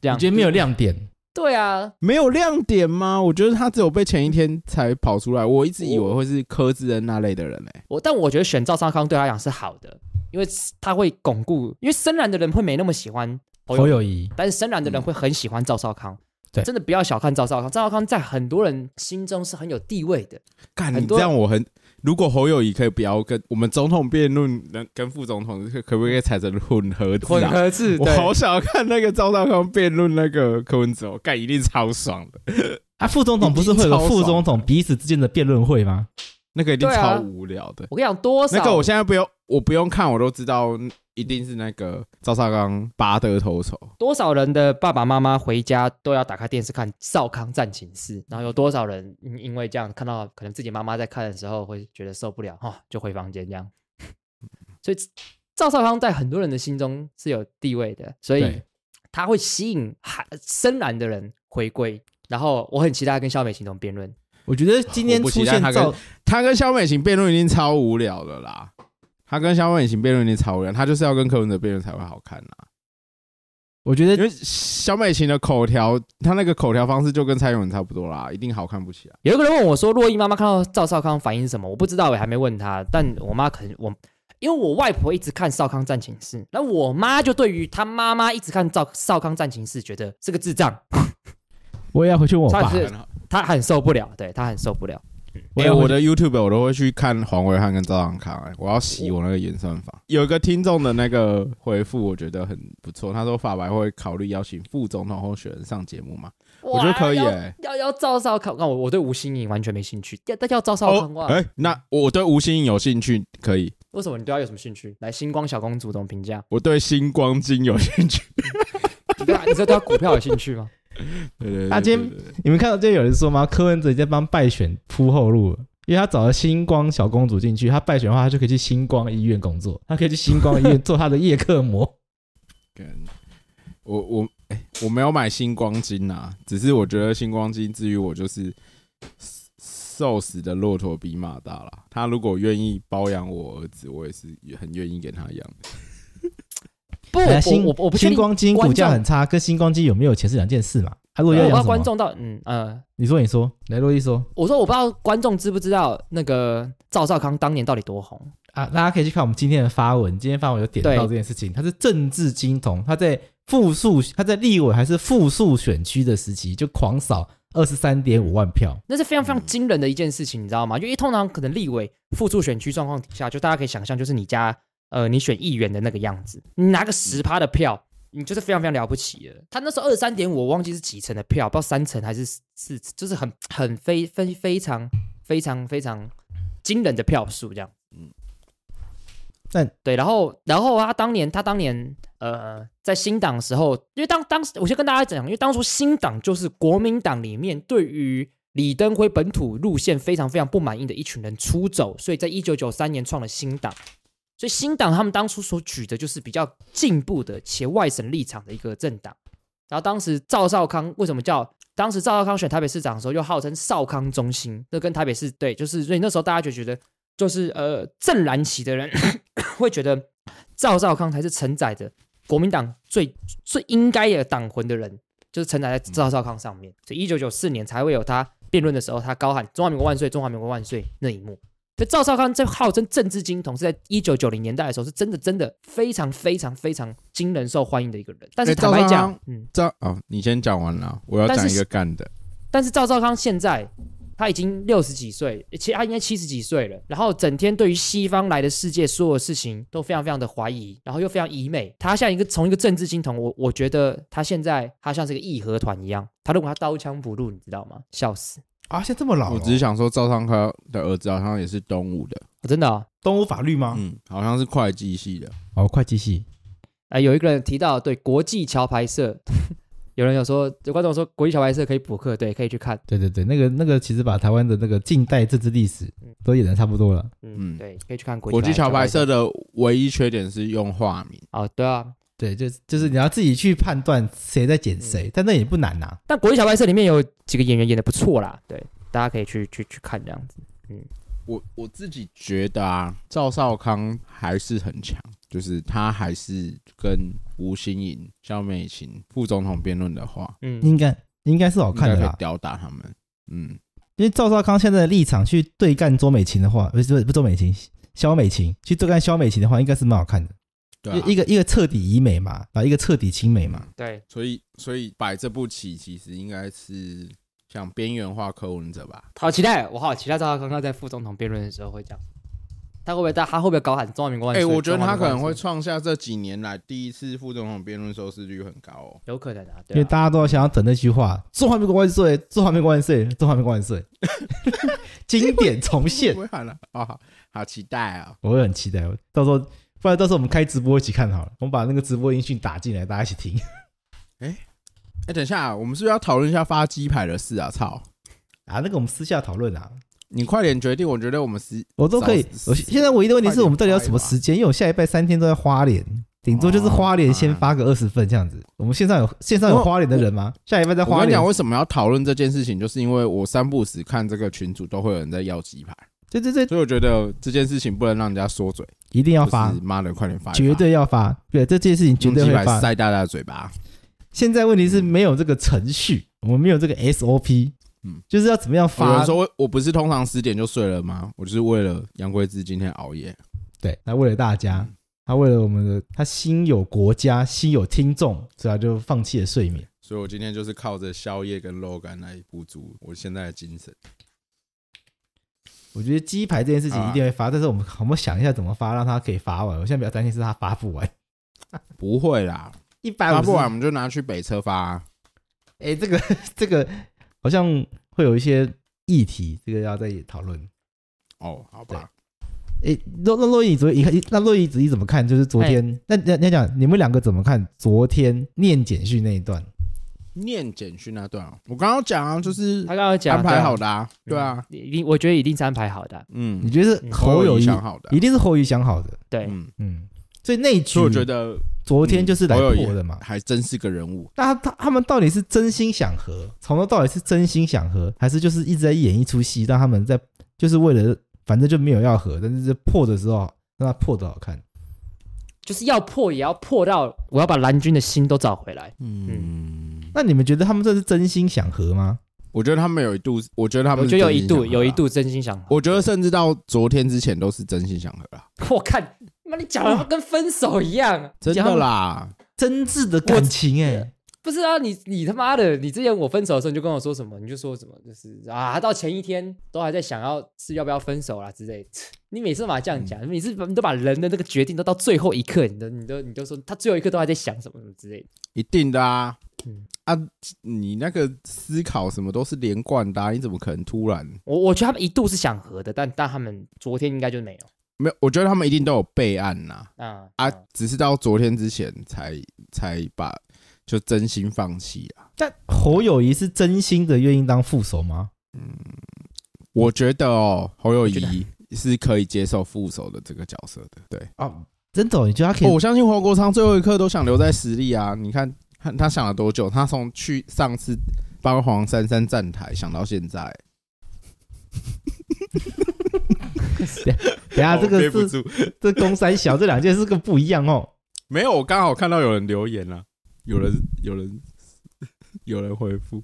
S3: 这样。
S1: 我觉得没有亮点，
S3: 对啊，
S2: 没有亮点吗？我觉得他只有被前一天才跑出来，我一直以为会是柯志恩那类的人、哎，
S3: 我但我觉得选赵少康对他来讲是好的，因为他会巩固，因为深蓝的人会没那么喜欢侯
S1: 侯
S3: 友，
S1: 友谊，
S3: 但是深蓝的人会很喜欢赵少康。
S1: 对
S3: 真的不要小看赵少康，赵少康在很多人心中是很有地位的。
S2: 干，
S3: 很
S2: 你
S3: 多
S2: 这样我很。如果侯友谊可以不要跟我们总统辩论，能跟副总统可可不可以产生混合制啊？
S3: 合制
S2: 我好想要看那个赵少康辩论那个柯文哲哦，干一定超爽的，
S1: 啊，副总统不是会有个
S2: 一定超
S1: 副总
S2: 爽
S1: 统
S2: 的
S1: 彼此之间的辩论会吗？
S2: 那个一定
S3: 对啊
S2: 超无聊的。
S3: 我跟你讲，多少
S2: 那个我现在不用，我不用看，我都知道一定是那个赵少康拔得头筹。
S3: 多少人的爸爸妈妈回家都要打开电视看《少康战情室》，然后有多少人因因为这样看到可能自己妈妈在看的时候会觉得受不了，哈、就回房间这样。所以赵少康在很多人的心中是有地位的，所以
S1: 对
S3: 他会吸引海深蓝的人回归。然后我很期待跟肖美琴怎么辩论，
S1: 我觉得今天
S2: 我不
S1: 出
S2: 期待
S1: 现
S2: 他跟
S1: 赵
S2: 他跟肖美琴辩论一定超无聊的啦，他跟肖美琴辩论一定超无聊，他就是要跟柯文哲辩论才会好看啊啦。
S1: 我觉
S2: 因
S1: 得
S2: 为小美琴的口条，她那个口条方式就跟蔡英文差不多啦，一定好看不起来。
S3: 有一个人问我说：“洛伊妈妈看到赵少康反应是什么？”我不知道，我还没问她。但我妈可能我，因为我外婆一直看《少康战情室》，那我妈就对于她妈妈一直看赵《少康战情室》，觉得是个智障，
S1: 我也要回去问我
S3: 他
S1: 爸
S3: 是，她很受不了，对她很受不了。
S1: 我
S2: 哎、
S1: 也要
S2: 我
S1: 回去
S2: 的 YouTube 我都会去看黄维汉跟赵尚康、哎，我要洗我那个演算法。有一个听众的那个回复，我觉得很不错，他说法白会考虑邀请副总统候选人上节目吗？我觉得可以、
S3: 哇
S2: 哎。
S3: 要要要赵少康，那我我对吴欣颖完全没兴趣。要要赵少康哇，
S2: 哦，哎、那我对吴欣颖有兴趣，可以。
S3: 为什么你对她有什么兴趣？来，星光小公主怎么评
S1: (laughs)
S3: 价？
S2: 我对星光金有兴趣。
S3: 你对她你知道对她股票有兴趣吗？
S2: 对对对
S1: 他今
S2: 对
S1: 天
S2: 对对
S1: (laughs) 你们看到这有人说吗？柯文哲在帮败选铺后路了，因为他找了星光小公主进去，他败选的话，他就可以去星光医院工作，他可以去星光医院做他的夜客模。
S2: 跟我我哎、我没有买星光金啊，只是我觉得星光金至于我就是瘦死的骆驼比马大啦。他如果愿意包养我儿子，我也是很愿意给他养。
S3: 不，
S1: 哎呀
S3: 我
S1: 星
S3: 我我不
S1: 星
S3: 确定。
S1: 光金
S3: 观
S1: 股价
S3: 众
S1: 很差，跟星光金有没有钱是两件事嘛？啊，如果
S3: 我
S1: 要
S3: 不知
S1: 养
S3: 道
S1: 什
S3: 观
S1: 么？
S3: 众到嗯呃。
S1: 你说你说，来洛伊说
S3: 我说我不知道观众知不知道那个赵少康当年到底多红，
S1: 啊，大家可以去看我们今天的发文，今天发文有点
S3: 对
S1: 到这件事情，他是政治金童，他在复数他在立委还是复数选区的时期就狂扫二十三点五万票。
S3: 那是非常非常惊人的一件事情，你知道吗？因为通常可能立委复数选区状况底下，就大家可以想象，就是你家呃你选议员的那个样子，你拿个十趴的票，你就是非常非常了不起了。他那时候二三点五，我忘记是几成的票，不知道三成还是四，就是很很非非非常非常非常惊人的票数这样。对，然后然后他当年他当年呃在新党的时候，因为当当时我先跟大家讲，因为当初新党就是国民党里面对于李登辉本土路线非常非常不满意的一群人出走，所以在一九九三年创了新党。所以新党他们当初所举的就是比较进步的且外省立场的一个政党。然后当时赵少康为什么叫？当时赵少康选台北市长的时候，又号称少康中心，这跟台北市对，就是所以那时候大家就觉得，就是呃正蓝旗的人 (coughs) 会觉得赵少康才是承载着国民党最最应该的党魂的人，就是承载在赵少康上面。所以一九九四年才会有他辩论的时候，他高喊“中华民国万岁，中华民国万岁”那一幕。所以赵少康这号称政治金童，是在一九九零年代的时候，是真的真的非常非常非常惊人受欢迎的一个人。但是
S2: 哎
S3: 坦白
S2: 赵少
S3: 讲
S2: 康，
S3: 嗯，
S2: 这哦，你先讲完了，我要
S3: 但是
S2: 讲一个干的。
S3: 但是赵少康现在他已经六十几岁，其实他应该七十几岁了，然后整天对于西方来的世界所有事情都非常非常的怀疑，然后又非常疑美。他像一个从一个政治金童，我我觉得他现在他像是个义和团一样，他如果他刀枪不入，你知道吗？笑死！
S1: 啊，现在这么老了哦，
S2: 我只是想说，赵尚康的儿子好像也是东吴的，
S3: 哦真的哦，
S1: 东吴法律吗？
S2: 嗯，好像是会计系的。
S1: 哦，会计系，
S3: 哎、有一个人提到对国际桥牌社， (laughs) 有人有说有观众说国际桥牌社可以补课，对，可以去看，
S1: 对对对，那个那个其实把台湾的那个近代政治历史都演的差不多了。
S3: 嗯，
S2: 嗯
S3: 对，可以去看国
S2: 国际桥牌
S3: 牌
S2: 社的唯一缺点是用化名，
S3: 哦，对啊，
S1: 对，就
S2: 嗯
S1: 就是你要自己去判断谁在剪谁，但那也不难呐、啊
S3: 但国际小白社里面有几个演员演的不错啦，对，大家可以去去去看这样子。
S2: 我我自己觉得啊，赵少康还是很强，就是他还是跟吴新颖、肖美琴副总统辩论的话，
S3: 嗯，
S1: 应该应该是好哦看
S2: 应
S1: 的
S2: 该可
S1: 啦
S2: 以。吊打他们。嗯，
S1: 因为赵少康现在的立场去对干周美琴的话，不是不是不是周美琴，萧美琴去对干萧美琴的话，应该是蛮好看的。
S2: 对、啊，嗯
S1: 一个一个彻底以美嘛，然后一个彻底亲美嘛。
S3: 对，
S2: 所以所以摆这步棋其实应该是像边缘化柯文哲吧，
S3: 好期待，我好期待赵少康刚在副总统辩论的时候会讲，他会不会大他会不会高喊中华
S1: 哦
S3: 民国万
S2: 哎、
S3: 岁？
S2: 我觉得
S3: 中华
S2: 他
S3: 民国
S2: 可
S3: 万
S2: 能会
S3: 岁
S2: 创下这几年来第一次副总统辩论收视率很高哦。
S3: 有可能啊，
S1: 因
S3: 对
S1: 为
S3: 啊，
S1: 大家都想要等那句话“中华民国万岁，中华民国万岁，中华民国万
S2: (laughs)
S1: 岁”，经典重现
S2: 不，会喊了啊、好好期待啊、
S1: 我会很期待。到时候，不然到时候我们开直播一起看好了，我们把那个直播音讯打进来，大家一起听。 (laughs)
S2: 哎、等一下，我们是不是要讨论一下发鸡排的事啊？操，
S1: 啊，那个我们私下讨论啊，
S2: 你快点决定，我觉得我们是
S1: 我都可以
S2: 早。死
S1: 我现在唯一的问题是我们到底要什么
S2: 快点发一发
S1: 时间？因为我下礼拜三天都在花莲，顶多就是花莲先发个二十份这样子。哦啊我们线上有线上有花莲的人吗？下礼拜在
S2: 我
S1: 花
S2: 跟你
S1: 莲
S2: 讲，，为什么要讨论这件事情，就是因为我三不五时看这个群组都会有人在要鸡排，
S1: 对对对，
S2: 所以我觉得这件事情不能让人家缩嘴，
S1: 一定要发
S2: 就是，妈的，快点发一发，
S1: 绝对要发。对，这件事情绝
S2: 用
S1: 对
S2: 鸡
S1: 会
S2: 排
S1: 发。
S2: 塞大家的嘴巴。
S1: 现在问题是没有这个程序，我们没有这个 SOP，
S2: 嗯
S1: 就是要怎么样
S2: 有人
S1: 发？
S2: 说我不是通常十点就睡了吗？我就是为了杨贵枝今天熬夜，
S1: 对，那为了大
S2: 嗯
S1: 家，他为了我们的，他心有国家，心有听众，所以他就放弃了睡眠。
S2: 所以我今天就是靠着宵夜跟肉干来补足我现在的精神。
S1: 我觉得鸡排这件事情
S2: 啊
S1: 一定会发，但是我们我们想一下怎么发，让他可以发完。我现在比较担心是他发不完，
S2: 不会啦，
S1: 一百
S2: 发
S1: 五十
S2: 不完我们就拿去北车发啊、
S1: 哎，这个 (laughs) 这个好像会有一些议题，这个要再讨论。
S2: 哦，好吧，
S1: 哎，那那洛伊，你昨天你看，那洛伊子你怎么看？就是昨
S2: 哎
S1: 天，那那那讲你们两个怎么看昨天念简讯那一段？
S2: 念简讯那段哦，我刚刚讲啊，就是
S3: 他刚刚讲
S2: 安排好，的啊，
S3: 嗯
S2: 对啊，
S3: 一定我觉得一定是安排好的啊，
S1: 你
S2: 嗯，
S1: 觉得是
S3: 嗯
S1: 侯友
S2: 我
S1: 谊
S2: 想好的啊，
S1: 一定是侯友谊想好的，
S3: 对，
S2: 嗯，
S1: 嗯，所以那一局
S2: 所以我觉得
S1: 昨天就是来
S2: 嗯侯友宜
S1: 破的嘛。
S2: 还真是个人物，
S1: 那他他他们到底是真心想和，从头到尾是真心想和，还是就是一直在演一出戏，让他们在就是为了反正就没有要和，但是这破的时候让他破的好看。
S3: 就是要破也要破到我要把蓝军的心都找回来。
S2: 嗯，
S1: 那你们觉得他们这是真心想和吗？
S2: 我觉得他们有一度，我觉得他
S3: 我
S2: 们是
S3: 觉得有一
S2: 真心想
S3: 度
S2: 和啊
S3: 有一，度真心想，
S2: 我觉得甚至到昨天之前都是真心想和啦，
S3: 我看妈你讲的跟分手一样，啊
S2: 真
S3: 讲得
S2: 的啦，
S1: 真挚的感情哎、
S3: 不是啊，你你他妈的，你之前我分手的时候你就跟我说什么，你就说什么，就是啊，到前一天都还在想要是要不要分手啦之类的。 (laughs) 你每次都把这样讲，
S1: 嗯
S3: 你每次你都把人的那个决定都到最后一刻，你都你都你都说他最后一刻都还在想什么什么之类的。
S2: 一定的啊
S3: 嗯。
S2: 啊，你那个思考什么都是连贯的、啊，你怎么可能突然
S3: 我我觉得他们一度是想和的，但但他们昨天应该就没有
S2: 没有？我觉得他们一定都有备案呐、
S3: 啊
S2: 啊
S1: 哎
S3: 啊，
S2: 只是到昨天之前才才把就真心放弃啊。
S1: 但侯友谊是真心的愿意当副手吗？
S2: 我觉得哦，侯友
S3: 我觉
S2: 谊是可以接受副手的这个角色的。对，
S1: 啊，真的哦、你觉得他可
S2: 哦
S1: 以？
S2: 我相信黄国昌最后一刻都想留在实力啊。你看他他想了多久？他从去上次帮黄珊珊站台想到现在，
S1: 等一下啊
S2: 哦
S1: 这个
S2: 憋不
S1: 是
S2: 住，嗯
S1: 这公三小这两件事个不一样哦。
S2: 没有，我刚好看到有人留言了、啊有人有人有人回复。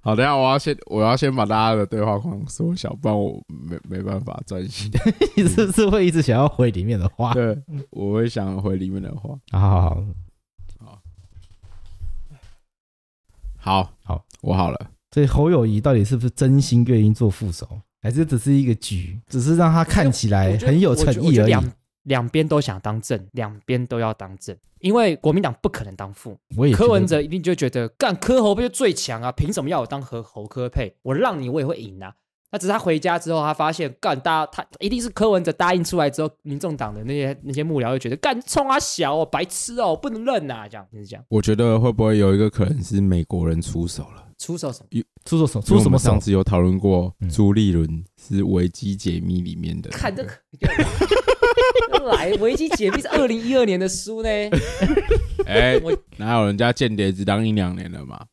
S2: 好，等一下我要先我要先把大家的对话框缩小，不然我没没办法
S1: (laughs)
S2: 专心。
S1: (laughs) 你是不是会一直想要回里面的话？
S2: 对，我会想回里面的话。
S1: 好好好，
S2: 好，
S1: 好，
S2: 我好了。
S1: 所以侯友谊到底是不是真心愿意做副手，还是只是一个局，只是让他看起来
S3: 我觉得
S1: 很有诚
S3: 我
S1: 意
S3: 觉得
S1: 而已？
S3: 两两边都想当正，两边都要当正，因为国民党不可能当副，
S1: 我也觉得
S3: 柯文哲一定就觉得干柯侯配就最强啊，凭什么要我当和侯柯配？我让你我也会赢啊。那只是他回家之后，他发现干大家他一定是柯文哲答应出来之后，民众党的那些那些幕僚就觉得干冲啊小哦，白痴哦，不能认呐、啊，这样就是这样。
S2: 我觉得会不会有一个可能是美国人出手了？
S3: 出手什么？
S1: 出手手
S2: 因
S1: 出
S2: 为
S1: 什么
S2: 我们
S1: 手
S2: 上？次有讨论过
S1: 嗯，
S2: 朱立伦是维基解密里面的那个。
S3: 看这个又来维基解密是二零一二年的书呢，
S2: 哎、
S3: (laughs) 我
S2: 哪有人家间谍只当一两年
S3: (laughs)
S2: 了嘛？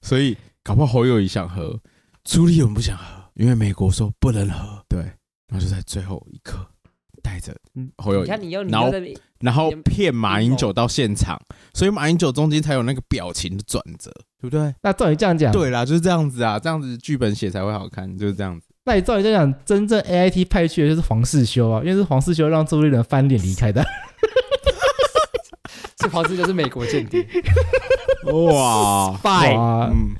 S2: 所以搞不好侯友谊想和，朱立伦不想和，因为美国说不能和，对，然后就在最后一刻带着侯友
S3: 嗯你
S2: 谊，
S3: 看你又你
S2: 然
S3: 又
S2: 后
S3: 在那边
S2: 然后
S3: 你们
S2: 骗马英九到现场，所以马英九中间才有那个表情的转折，对不对？
S1: 那照你这样讲，，
S2: 对啦，就是这样子啊，这样子剧本写才会好看，就是这样子。
S1: 那你照你这样讲，真正 A I T 派去的就是黄世修啊，因为是黄世修让朱立伦翻脸离开的。
S3: 这袍子就是美国间谍，
S2: 哇，
S3: 拜
S1: 哇
S2: 嗯，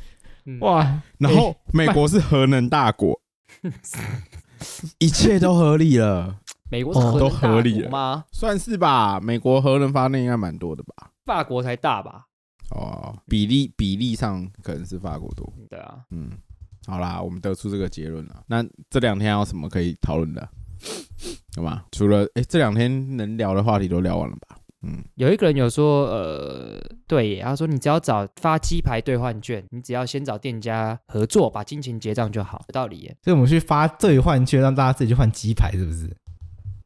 S3: 嗯 (laughs)
S1: 哇，
S2: 然后美国是核能大国，一切都合理了。
S3: 美国是
S1: 哦
S3: 核能
S2: 都
S3: 大
S2: 合理
S3: 国
S2: 了
S3: 吗？
S2: (laughs) 算是吧，美国核能发电应该蛮多的吧？
S3: 法国才大吧？
S2: 哦，比例比例上可能是法国多。
S3: 对啊，
S2: 嗯，好啦，我们得出这个结论了。那这两天还有什么可以讨论的？有吗？除了哎、这两天能聊的话题都聊完了吧？嗯，
S3: 有一个人有说，呃，对耶，他说你只要找发鸡排兑换券，你只要先找店家合作，把金钱结账就好，有道理耶。
S1: 所以我们去发兑换券，让大家自己去换鸡排，是不是？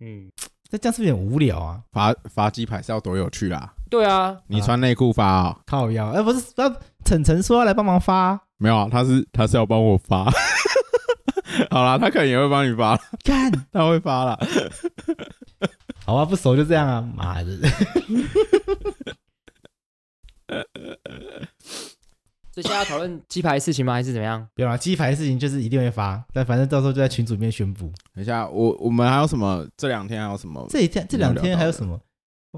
S3: 嗯，
S1: 那这样是不是有点无聊啊？
S2: 发发鸡排是要多有趣啦！
S3: 对啊，
S2: 你穿内裤发哦？
S1: 靠腰，哎、不是，那、晨晨说要来帮忙发啊、
S2: 没有啊，他是他是要帮我发。 (laughs) 好啦，他可能也会帮你发，
S1: 干，
S2: (laughs) 他会发啦。
S1: 好吧，不熟就这样啊，妈 (laughs) 的，
S3: 所以现在要讨论鸡排的事情吗？还是怎么样？
S1: 不用了，啊鸡排的事情就是一定会发，但反正到时候就在群组里面宣布。
S2: 等一下，我我们还有什么？这两天还有什么
S1: 这一天这两天还有什么？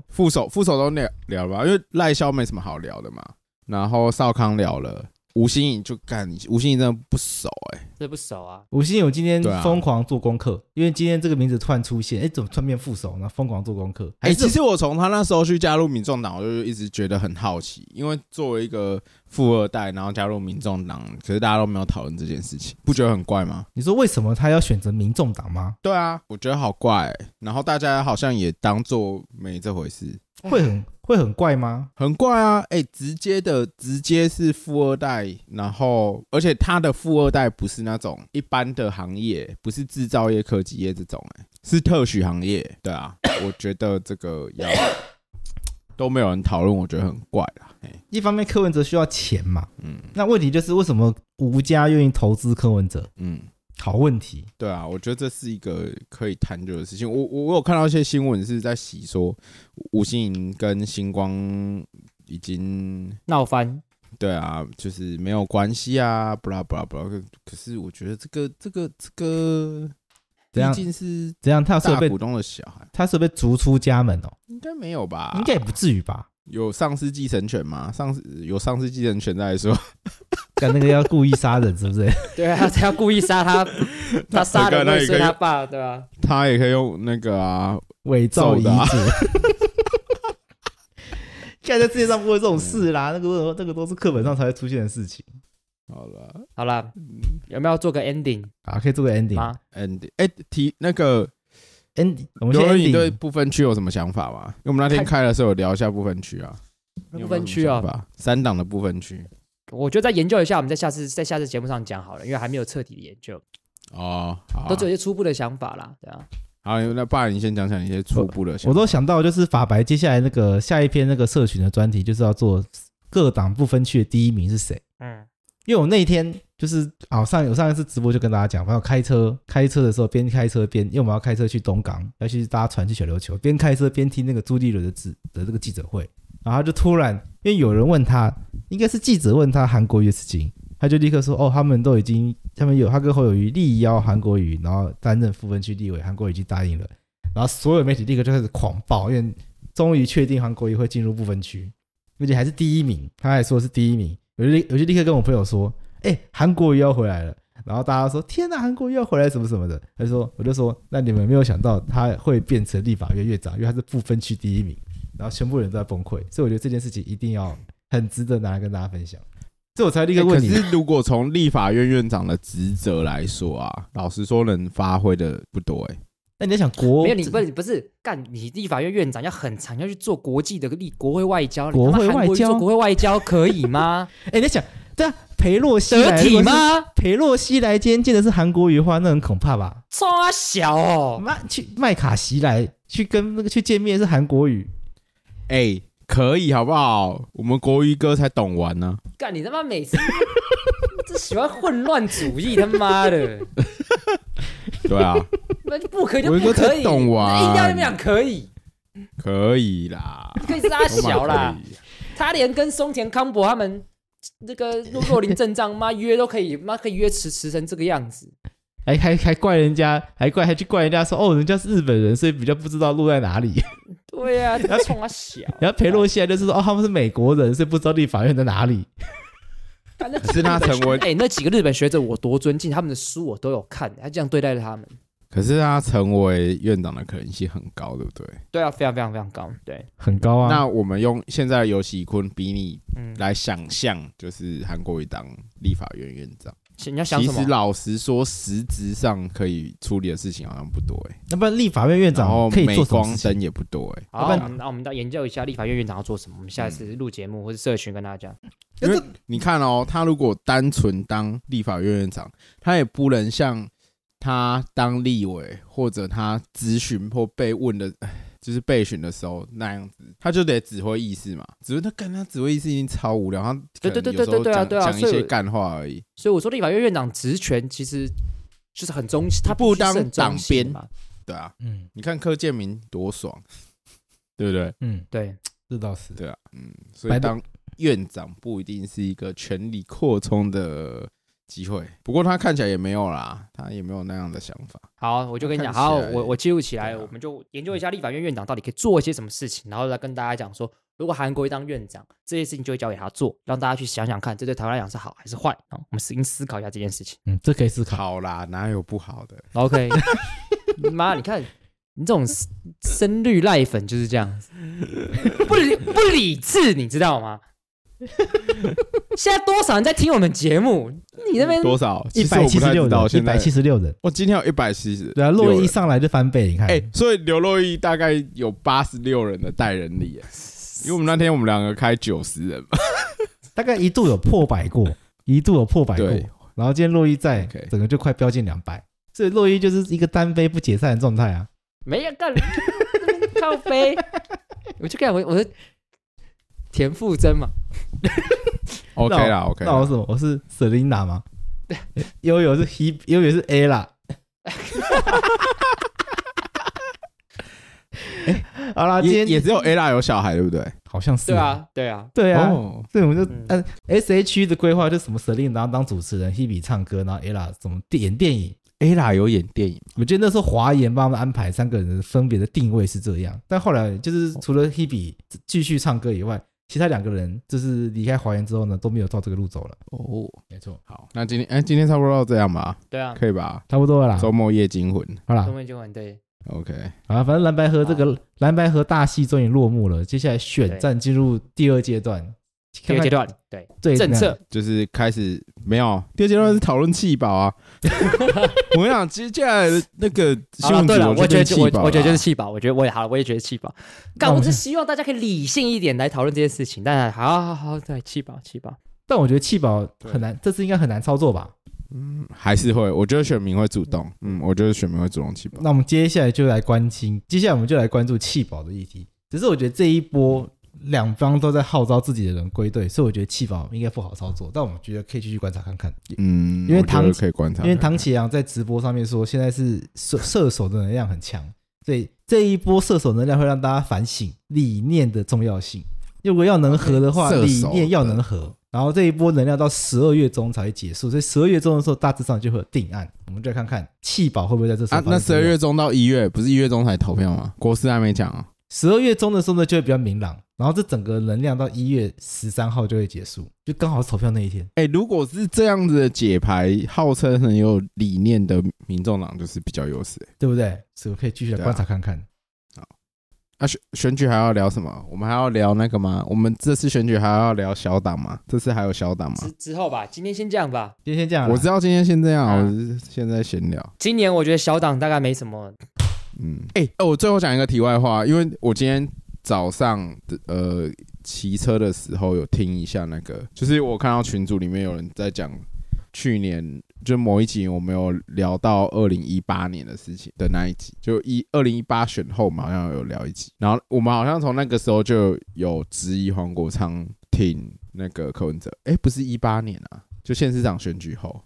S2: 副手副手都聊聊了吧，因为赖萧没什么好聊的嘛。然后邵康聊了，吴欣颖就干，吴欣颖真的不熟哎、
S3: 这不熟啊，
S1: 吴昕有今天
S2: 对啊
S1: 疯狂做功课，因为今天这个名字突然出现，哎，怎么突然变副手呢？然后疯狂做功课，
S2: 哎、
S1: 还
S2: 其
S1: 是
S2: 实我从他那时候去加入民众党，我就一直觉得很好奇，因为作为一个富二代，然后加入民众党，可是大家都没有讨论这件事情，不觉得很怪吗？
S1: 你说为什么他要选择民众党吗？
S2: 对啊，我觉得好怪、欸。然后大家好像也当做没这回事，
S1: 会很会很怪吗？
S2: 很怪啊！哎、直接的，直接是富二代，然后而且他的富二代不是那种一般的行业，不是制造业、科技业这种、哎，是特许行业。对啊， (coughs) 我觉得这个要 (coughs) 都没有人讨论，我觉得很怪啦。哎、
S1: 一方面柯文哲需要钱嘛，
S2: 嗯
S1: 那问题就是为什么吴家愿意投资柯文哲？
S2: 嗯，
S1: 好问题，
S2: 对啊，我觉得这是一个可以探究的事情。我我我有看到一些新闻是在洗说，吴欣颖跟星光已经
S3: 闹翻。
S2: 对啊，就是没有关系啊，不啦不啦不啦。可可是我觉得这个这个这个，
S1: 怎
S2: 毕
S1: 样
S2: 竟是
S1: 怎样？他是有
S2: 大
S1: 被
S2: 股东的小孩，
S1: 他是有被逐出家门哦，
S2: 应该没有吧？
S1: 应该也不至于吧？
S2: 有丧失继承权吗？丧失有丧失继承权再来说， (laughs)
S1: 干那个要故意杀人是不是？
S3: 对啊，他要故意杀他，他杀人
S2: 那
S3: 未
S2: 也可以
S3: 遂他爸，对吧、啊？
S2: 他也可以用那个啊，
S1: 伪造遗
S2: 揍的啊
S1: 嘱。 (laughs) 现在世界上不会有这种事啦，那个那个都是课本上才会出现的事情
S2: 好了
S3: 好啦，
S2: 嗯
S3: 有没有做个 ending
S1: 啊，可以做个 ending。
S3: 吗？
S2: ，Andy，哎、提那个
S1: ending，我们
S2: 刘
S1: 先
S2: 仁，你对
S1: ending。
S2: 不分区有什么想法吗？因为我们那天开的时候有聊一下不分区啊，你有
S3: 不
S2: 没有
S3: 分区啊
S2: 什么，想法，三党的不分区
S3: 我觉得再研究一下，我们在下次在下次节目上讲好了，因为还没有彻底的研究，
S2: 哦，好啊、
S3: 都只有一些初步的想法啦，对啊。
S2: 好，那不然你先讲讲一些初步的想
S1: 我
S2: 法，
S1: 都想到就是法白接下来那个下一篇那个社群的专题，就是要做各党不分区的第一名是谁。
S3: 嗯
S1: 因为我那一天就是啊，上有上一次直播就跟大家讲，反正我开车开车的时候边开车边，因为我们要开车去东港，要去搭船去小琉球，边开车边听那个朱立伦的记的这个记者会，然后他就突然因为有人问他，应该是记者问他韩国瑜的事情，他就立刻说哦，他们都已经他们有他跟侯友谊力邀韩国瑜，然后担任副分区立委，韩国瑜已经答应了，然后所有媒体立刻就开始狂爆，因为终于确定韩国瑜会进入不分区，而且还是第一名，他还说是第一名，我就立我就立刻跟我朋友说。哎、韩国瑜要回来了。然后大家说：“天呐，韩国瑜要回来什么什么的。”他就说：“我就说，那你们没有想到他会变成立法院院长，因为他是不分区第一名。”然后全部人都在崩溃，所以我觉得这件事情一定要很值得拿来跟大家分享。这我才立刻
S2: 哎可
S1: 问你，
S2: 是如果从立法院院长的职责来说啊， (laughs) 老实说，能发挥的不多哎、
S1: 那你在想国
S3: 没有，你不是不是干你立法院院长要很长，要去做国际的立国会外交，你
S1: 国
S3: 他妈
S1: 会
S3: 韩
S1: 外
S3: 瑜
S1: 交
S3: 做国会外交可以吗？
S1: 哎、你在想对啊，裴洛西
S3: 得
S1: 来
S3: 体
S1: 如果是
S3: 吗？
S1: 裴洛西来今天见的是韩国瑜的话，那很恐怕吧？
S3: 抓小哦，
S1: 麦去麦卡锡来去跟那个去见面是韩国瑜，
S2: 哎、可以好不好？我们国语歌才懂玩呢、
S3: 干你他妈每次 (laughs) 这喜欢混乱主义，他妈的，
S2: 对啊， (laughs)
S3: 那就不可以就
S2: 我
S3: 不
S2: 说
S3: 可
S2: 这
S3: 以，
S2: 懂
S3: 那
S2: 玩
S3: 硬要那么讲可以，
S2: 可以啦，
S3: 可以是他
S2: 我马
S3: 小啦 (laughs)
S2: 可。以
S3: 他连跟松田康博他们那个若若林正章妈约都可以，妈可以约迟迟成这个样子。
S1: 还哎还还怪人家，还怪还去怪人家说哦，人家是日本人，所以比较不知道路在哪 (laughs) 里。
S3: 对呀、啊，这冲他小，
S1: 然后裴洛西还就是说哦，他们是美国人，所以不知道立法院在哪里。
S3: 干那
S2: 可是他成为，
S3: 哎、那几个日本学者我多尊敬，他们的书我都有看，他这样对待他们，
S2: 可是他成为院长的可能性很高，对不对？
S3: 对啊，非常非常非常高，对，
S1: 很高啊，
S2: 那我们用现在的游戏坤比你
S3: 嗯，
S2: 来想象，就是韩国瑜当立法院院长。
S3: 你要想
S2: 其
S3: 什
S2: 实
S3: 么？
S2: 老实说，实质上可以处理的事情好像不多哎、
S1: 那不然立法院院
S2: 然
S1: 长
S2: 后
S1: 可以
S2: 镁
S1: 做什么
S2: 光
S1: 事
S2: 灯
S1: 情？
S2: 也不多哎、
S3: 好，
S1: 要不然
S3: 我们那我们到研究一下立法院院长要做什么，我们下次录节目或者社群跟大家讲。
S2: 因为你看哦，他如果单纯当立法院院长，他也不能像他当立委或者他咨询或被问的， (sighs) 唉就是备询的时候那样子，他就得指挥议事嘛。只是他干他指挥议事已经超无聊，他可
S3: 对
S2: 能
S3: 对对
S2: 有时候
S3: 对对对啊
S2: 讲
S3: 对啊
S2: 讲一
S3: 所以
S2: 些干话而已。
S3: 所以我说立法院院长职权其实就是很中，他必
S2: 不
S3: 须是
S2: 当
S3: 很中
S2: 党
S3: 性的
S2: 鞭
S3: 嘛，
S2: 对啊，
S1: 嗯
S2: 你看柯建明多爽， (laughs) 对不对？
S1: 嗯，
S3: 对，
S1: 这倒是。
S2: 对啊，嗯，所
S1: 白
S2: 以
S1: 鹿
S2: 当院长不一定是一个权力扩充的机会，不过他看起来也没有啦，他也没有那样的想法。
S3: 好，我就跟你讲，
S2: 看起来
S3: 好，我我记录起来，
S2: 对啊
S3: 我们就研究一下立法院院长到底可以做一些什么事情，然后来跟大家讲说，如果韩国瑜当院长，这些事情就会交给他做，让大家去想想看，这对台湾来讲是好还是坏啊？我们思思考一下这件事情。
S1: 嗯，这可以思考。
S2: 好啦，哪有不好的？
S3: OK，妈，你看你这种深绿赖粉就是这样子，不理不理智，你知道吗？现在多少人在听我们节目？你那边
S2: 嗯多少？
S1: 一
S2: 其实
S1: 百
S2: 我
S1: 七
S2: 不
S1: 十
S2: 太
S1: 六
S2: 知道
S1: 人，一
S2: 现在
S1: 百七十六人，
S2: 我今天有一百七十，
S1: 对啊，洛伊一上来就翻倍，你看，
S2: 哎、所以刘若毅大概有八十六人的带人力耶，因为我们那天我们两个开九十人嘛，
S1: 大概一度有破百
S2: (laughs)
S1: 过，一度有破百过，
S2: 对
S1: 然后今天洛伊在
S2: OK
S1: 整个就快飙进两百，所以洛伊就是一个单飞不解散的状态啊。
S3: 没有干靠背，我就看我我是田馥甄嘛，
S2: ，OK 啦
S1: 那我
S2: ，OK
S1: 那我
S2: 啦
S1: 是。什么？我是 Selina 吗？ (laughs) 悠悠是 He，悠悠是 A 啦。 (laughs) 哎好啦，今
S2: 也也
S1: 天
S2: 只有 Ella 有小孩，对不对？
S1: 好像是
S3: 对，啊对啊，
S1: 对啊，
S2: 哦，
S1: 所以我们就
S3: 嗯
S1: 嗯，S H 的规划就是什么 Selina 当当主持人，Hebe 唱歌，然后 Ella 怎么演电影。
S2: ，Ella 有演电影，
S1: 我觉得那时候华研帮他们安排三个人分别的定位是这样，但后来就是
S3: 哦
S1: 除了 Hebe 继续唱歌以外，其他两个人就是离开华研之后呢，都没有照这个路走了。
S2: 哦，
S1: 没错，
S2: 好，那今天哎，今天差不多到这样吧，
S3: 对啊，
S2: 可以吧？
S1: 差不多了啦。
S2: 周末夜惊魂
S1: 好啦
S3: 中，文就很对，
S2: ，OK。
S1: 啊，反正蓝白河这个蓝白河大戏终于落幕了，接下来选战进入第二阶段。看
S3: 第二
S1: 看
S3: 阶段对
S1: 对
S3: 政策，
S2: 就是开始没有第二阶段是讨论气保 (laughs) 啊。我跟你讲，接下来的那个
S3: 好
S2: 新
S3: 了
S2: 闻
S3: 啊对了，
S2: 组
S3: 我觉
S2: 就
S3: 得
S2: 变
S3: 就
S2: 气
S3: 我
S2: 保啦
S3: 我觉得就是气保，我觉得我也好了，我也觉得气保，
S1: 那
S3: 但
S1: 我
S3: 我
S1: 们
S3: 是希望大家可以理性一点来讨论这件事情，但好好好对气保气保，
S1: 但我觉得弃保很难，这次应该很难操作吧？
S2: 嗯还是会，我觉得选民会主动，嗯，我觉得选民会主动气保。
S1: 那我们接下来就来关心，接下来我们就来关注弃保的议题。只是我觉得这一波两方都在号召自己的人归队，所以我觉得弃保应该不好操作，但我们觉得可以继续观察看看。
S2: 嗯，
S1: 因为
S2: 我觉
S1: 唐
S2: 得可以观察，
S1: 因为唐启阳在直播上面说，现在是射射手的能量很强，所以这一波射手能量会让大家反省理念的重要性。如果要能合的话，
S2: 射
S1: 理
S2: 手
S1: 念要
S2: 的
S1: 能合。然后这一波能量到十二月中才会结束，所以十二月中的时候大致上就会有定案。我们再看看弃保会不会在这时候
S2: 啊，
S1: 发
S2: 那
S1: 生
S2: 十
S1: 作
S2: 二
S1: 用
S2: 月中到一月，不是一月中才投票吗？国师还没讲啊。
S1: 十二月中的时候呢，就会比较明朗，然后这整个能量到一月十三号就会结束，就刚好是投票那一天。
S2: 哎、如果是这样子的解牌，号称很有理念的民众党就是比较优势、欸。
S1: 对不对？所以我可以继续来观察看看。
S2: 啊，选选举还要聊什么？我们还要聊那个吗？我们这次选举还要聊小党吗？这次还有小党吗？
S3: 之之后吧，今天先这样吧。
S1: 今天先这样啦，啊
S2: 我知道今天先这样，
S3: 啊
S2: 我是现在闲聊。
S3: 今年我觉得小党大概没什么，
S2: 嗯，哎、哦，我最后讲一个题外话，因为我今天早上的呃骑车的时候有听一下那个，就是我看到群组里面有人在讲去年就某一集我们有聊到二零一八年的事情的那一集，就一二零一八选后嘛，好像有聊一集，然后我们好像从那个时候就有质疑黄国昌挺那个柯文哲，哎、不是一八年啊，就县市长选举后。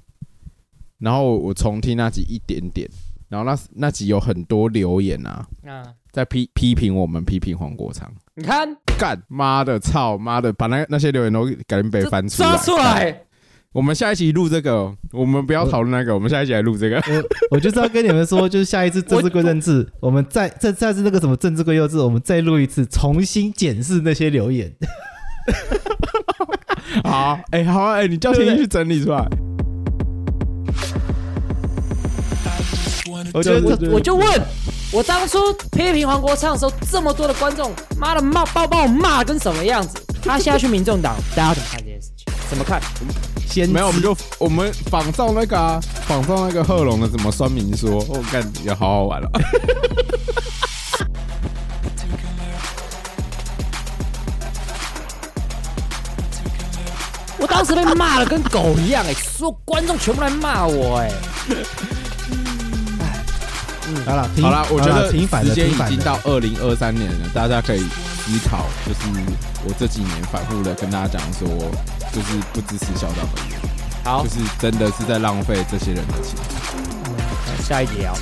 S2: 然后我重听那集一点点，然后那那集有很多留言啊，
S3: 啊，
S2: 在批批评我们，批评黄国昌。
S3: 你看
S2: 干妈的操妈的，把那那些留言都赶紧被翻出来
S3: 抓出来，
S2: 我们下一集录这个，我们不要讨论那个，我们下一集来录
S3: (laughs)
S2: 这个。
S1: 我就是要跟你们说，就是下一次政治归政治，我们再再再次那个什么政治归幼稚，我们再录一次，重新检视那些留言。 (laughs)
S2: 好，哎、好、啊，哎、你叫天一去整理出来。
S1: 我觉得这
S3: 我就问，我当初批评黄国昌的时候，这么多的观众，妈的骂把把我骂得跟什么样子？他现在去民众党，大家怎么看这件事情？怎么看？
S1: 先
S2: 没有，我们就我们仿照那个啊，仿照那个贺龙的什么酸民说，我、干也好好玩了、啊
S3: 我当时被骂的跟狗一样、哎，所有观众全部来骂我、哎。
S1: 好了，平
S2: 好啦，我觉
S1: 好啦
S2: 得
S1: 平反了
S2: 时间
S1: 平
S2: 已
S1: 反
S2: 经
S1: 了
S2: 到二零二三年了，大家可以思考，就是我这几年反复的跟大家讲说，就是不支持小岛的原因
S3: 好
S2: 就，是真的是在浪费这些人的钱。
S3: 下一节啊。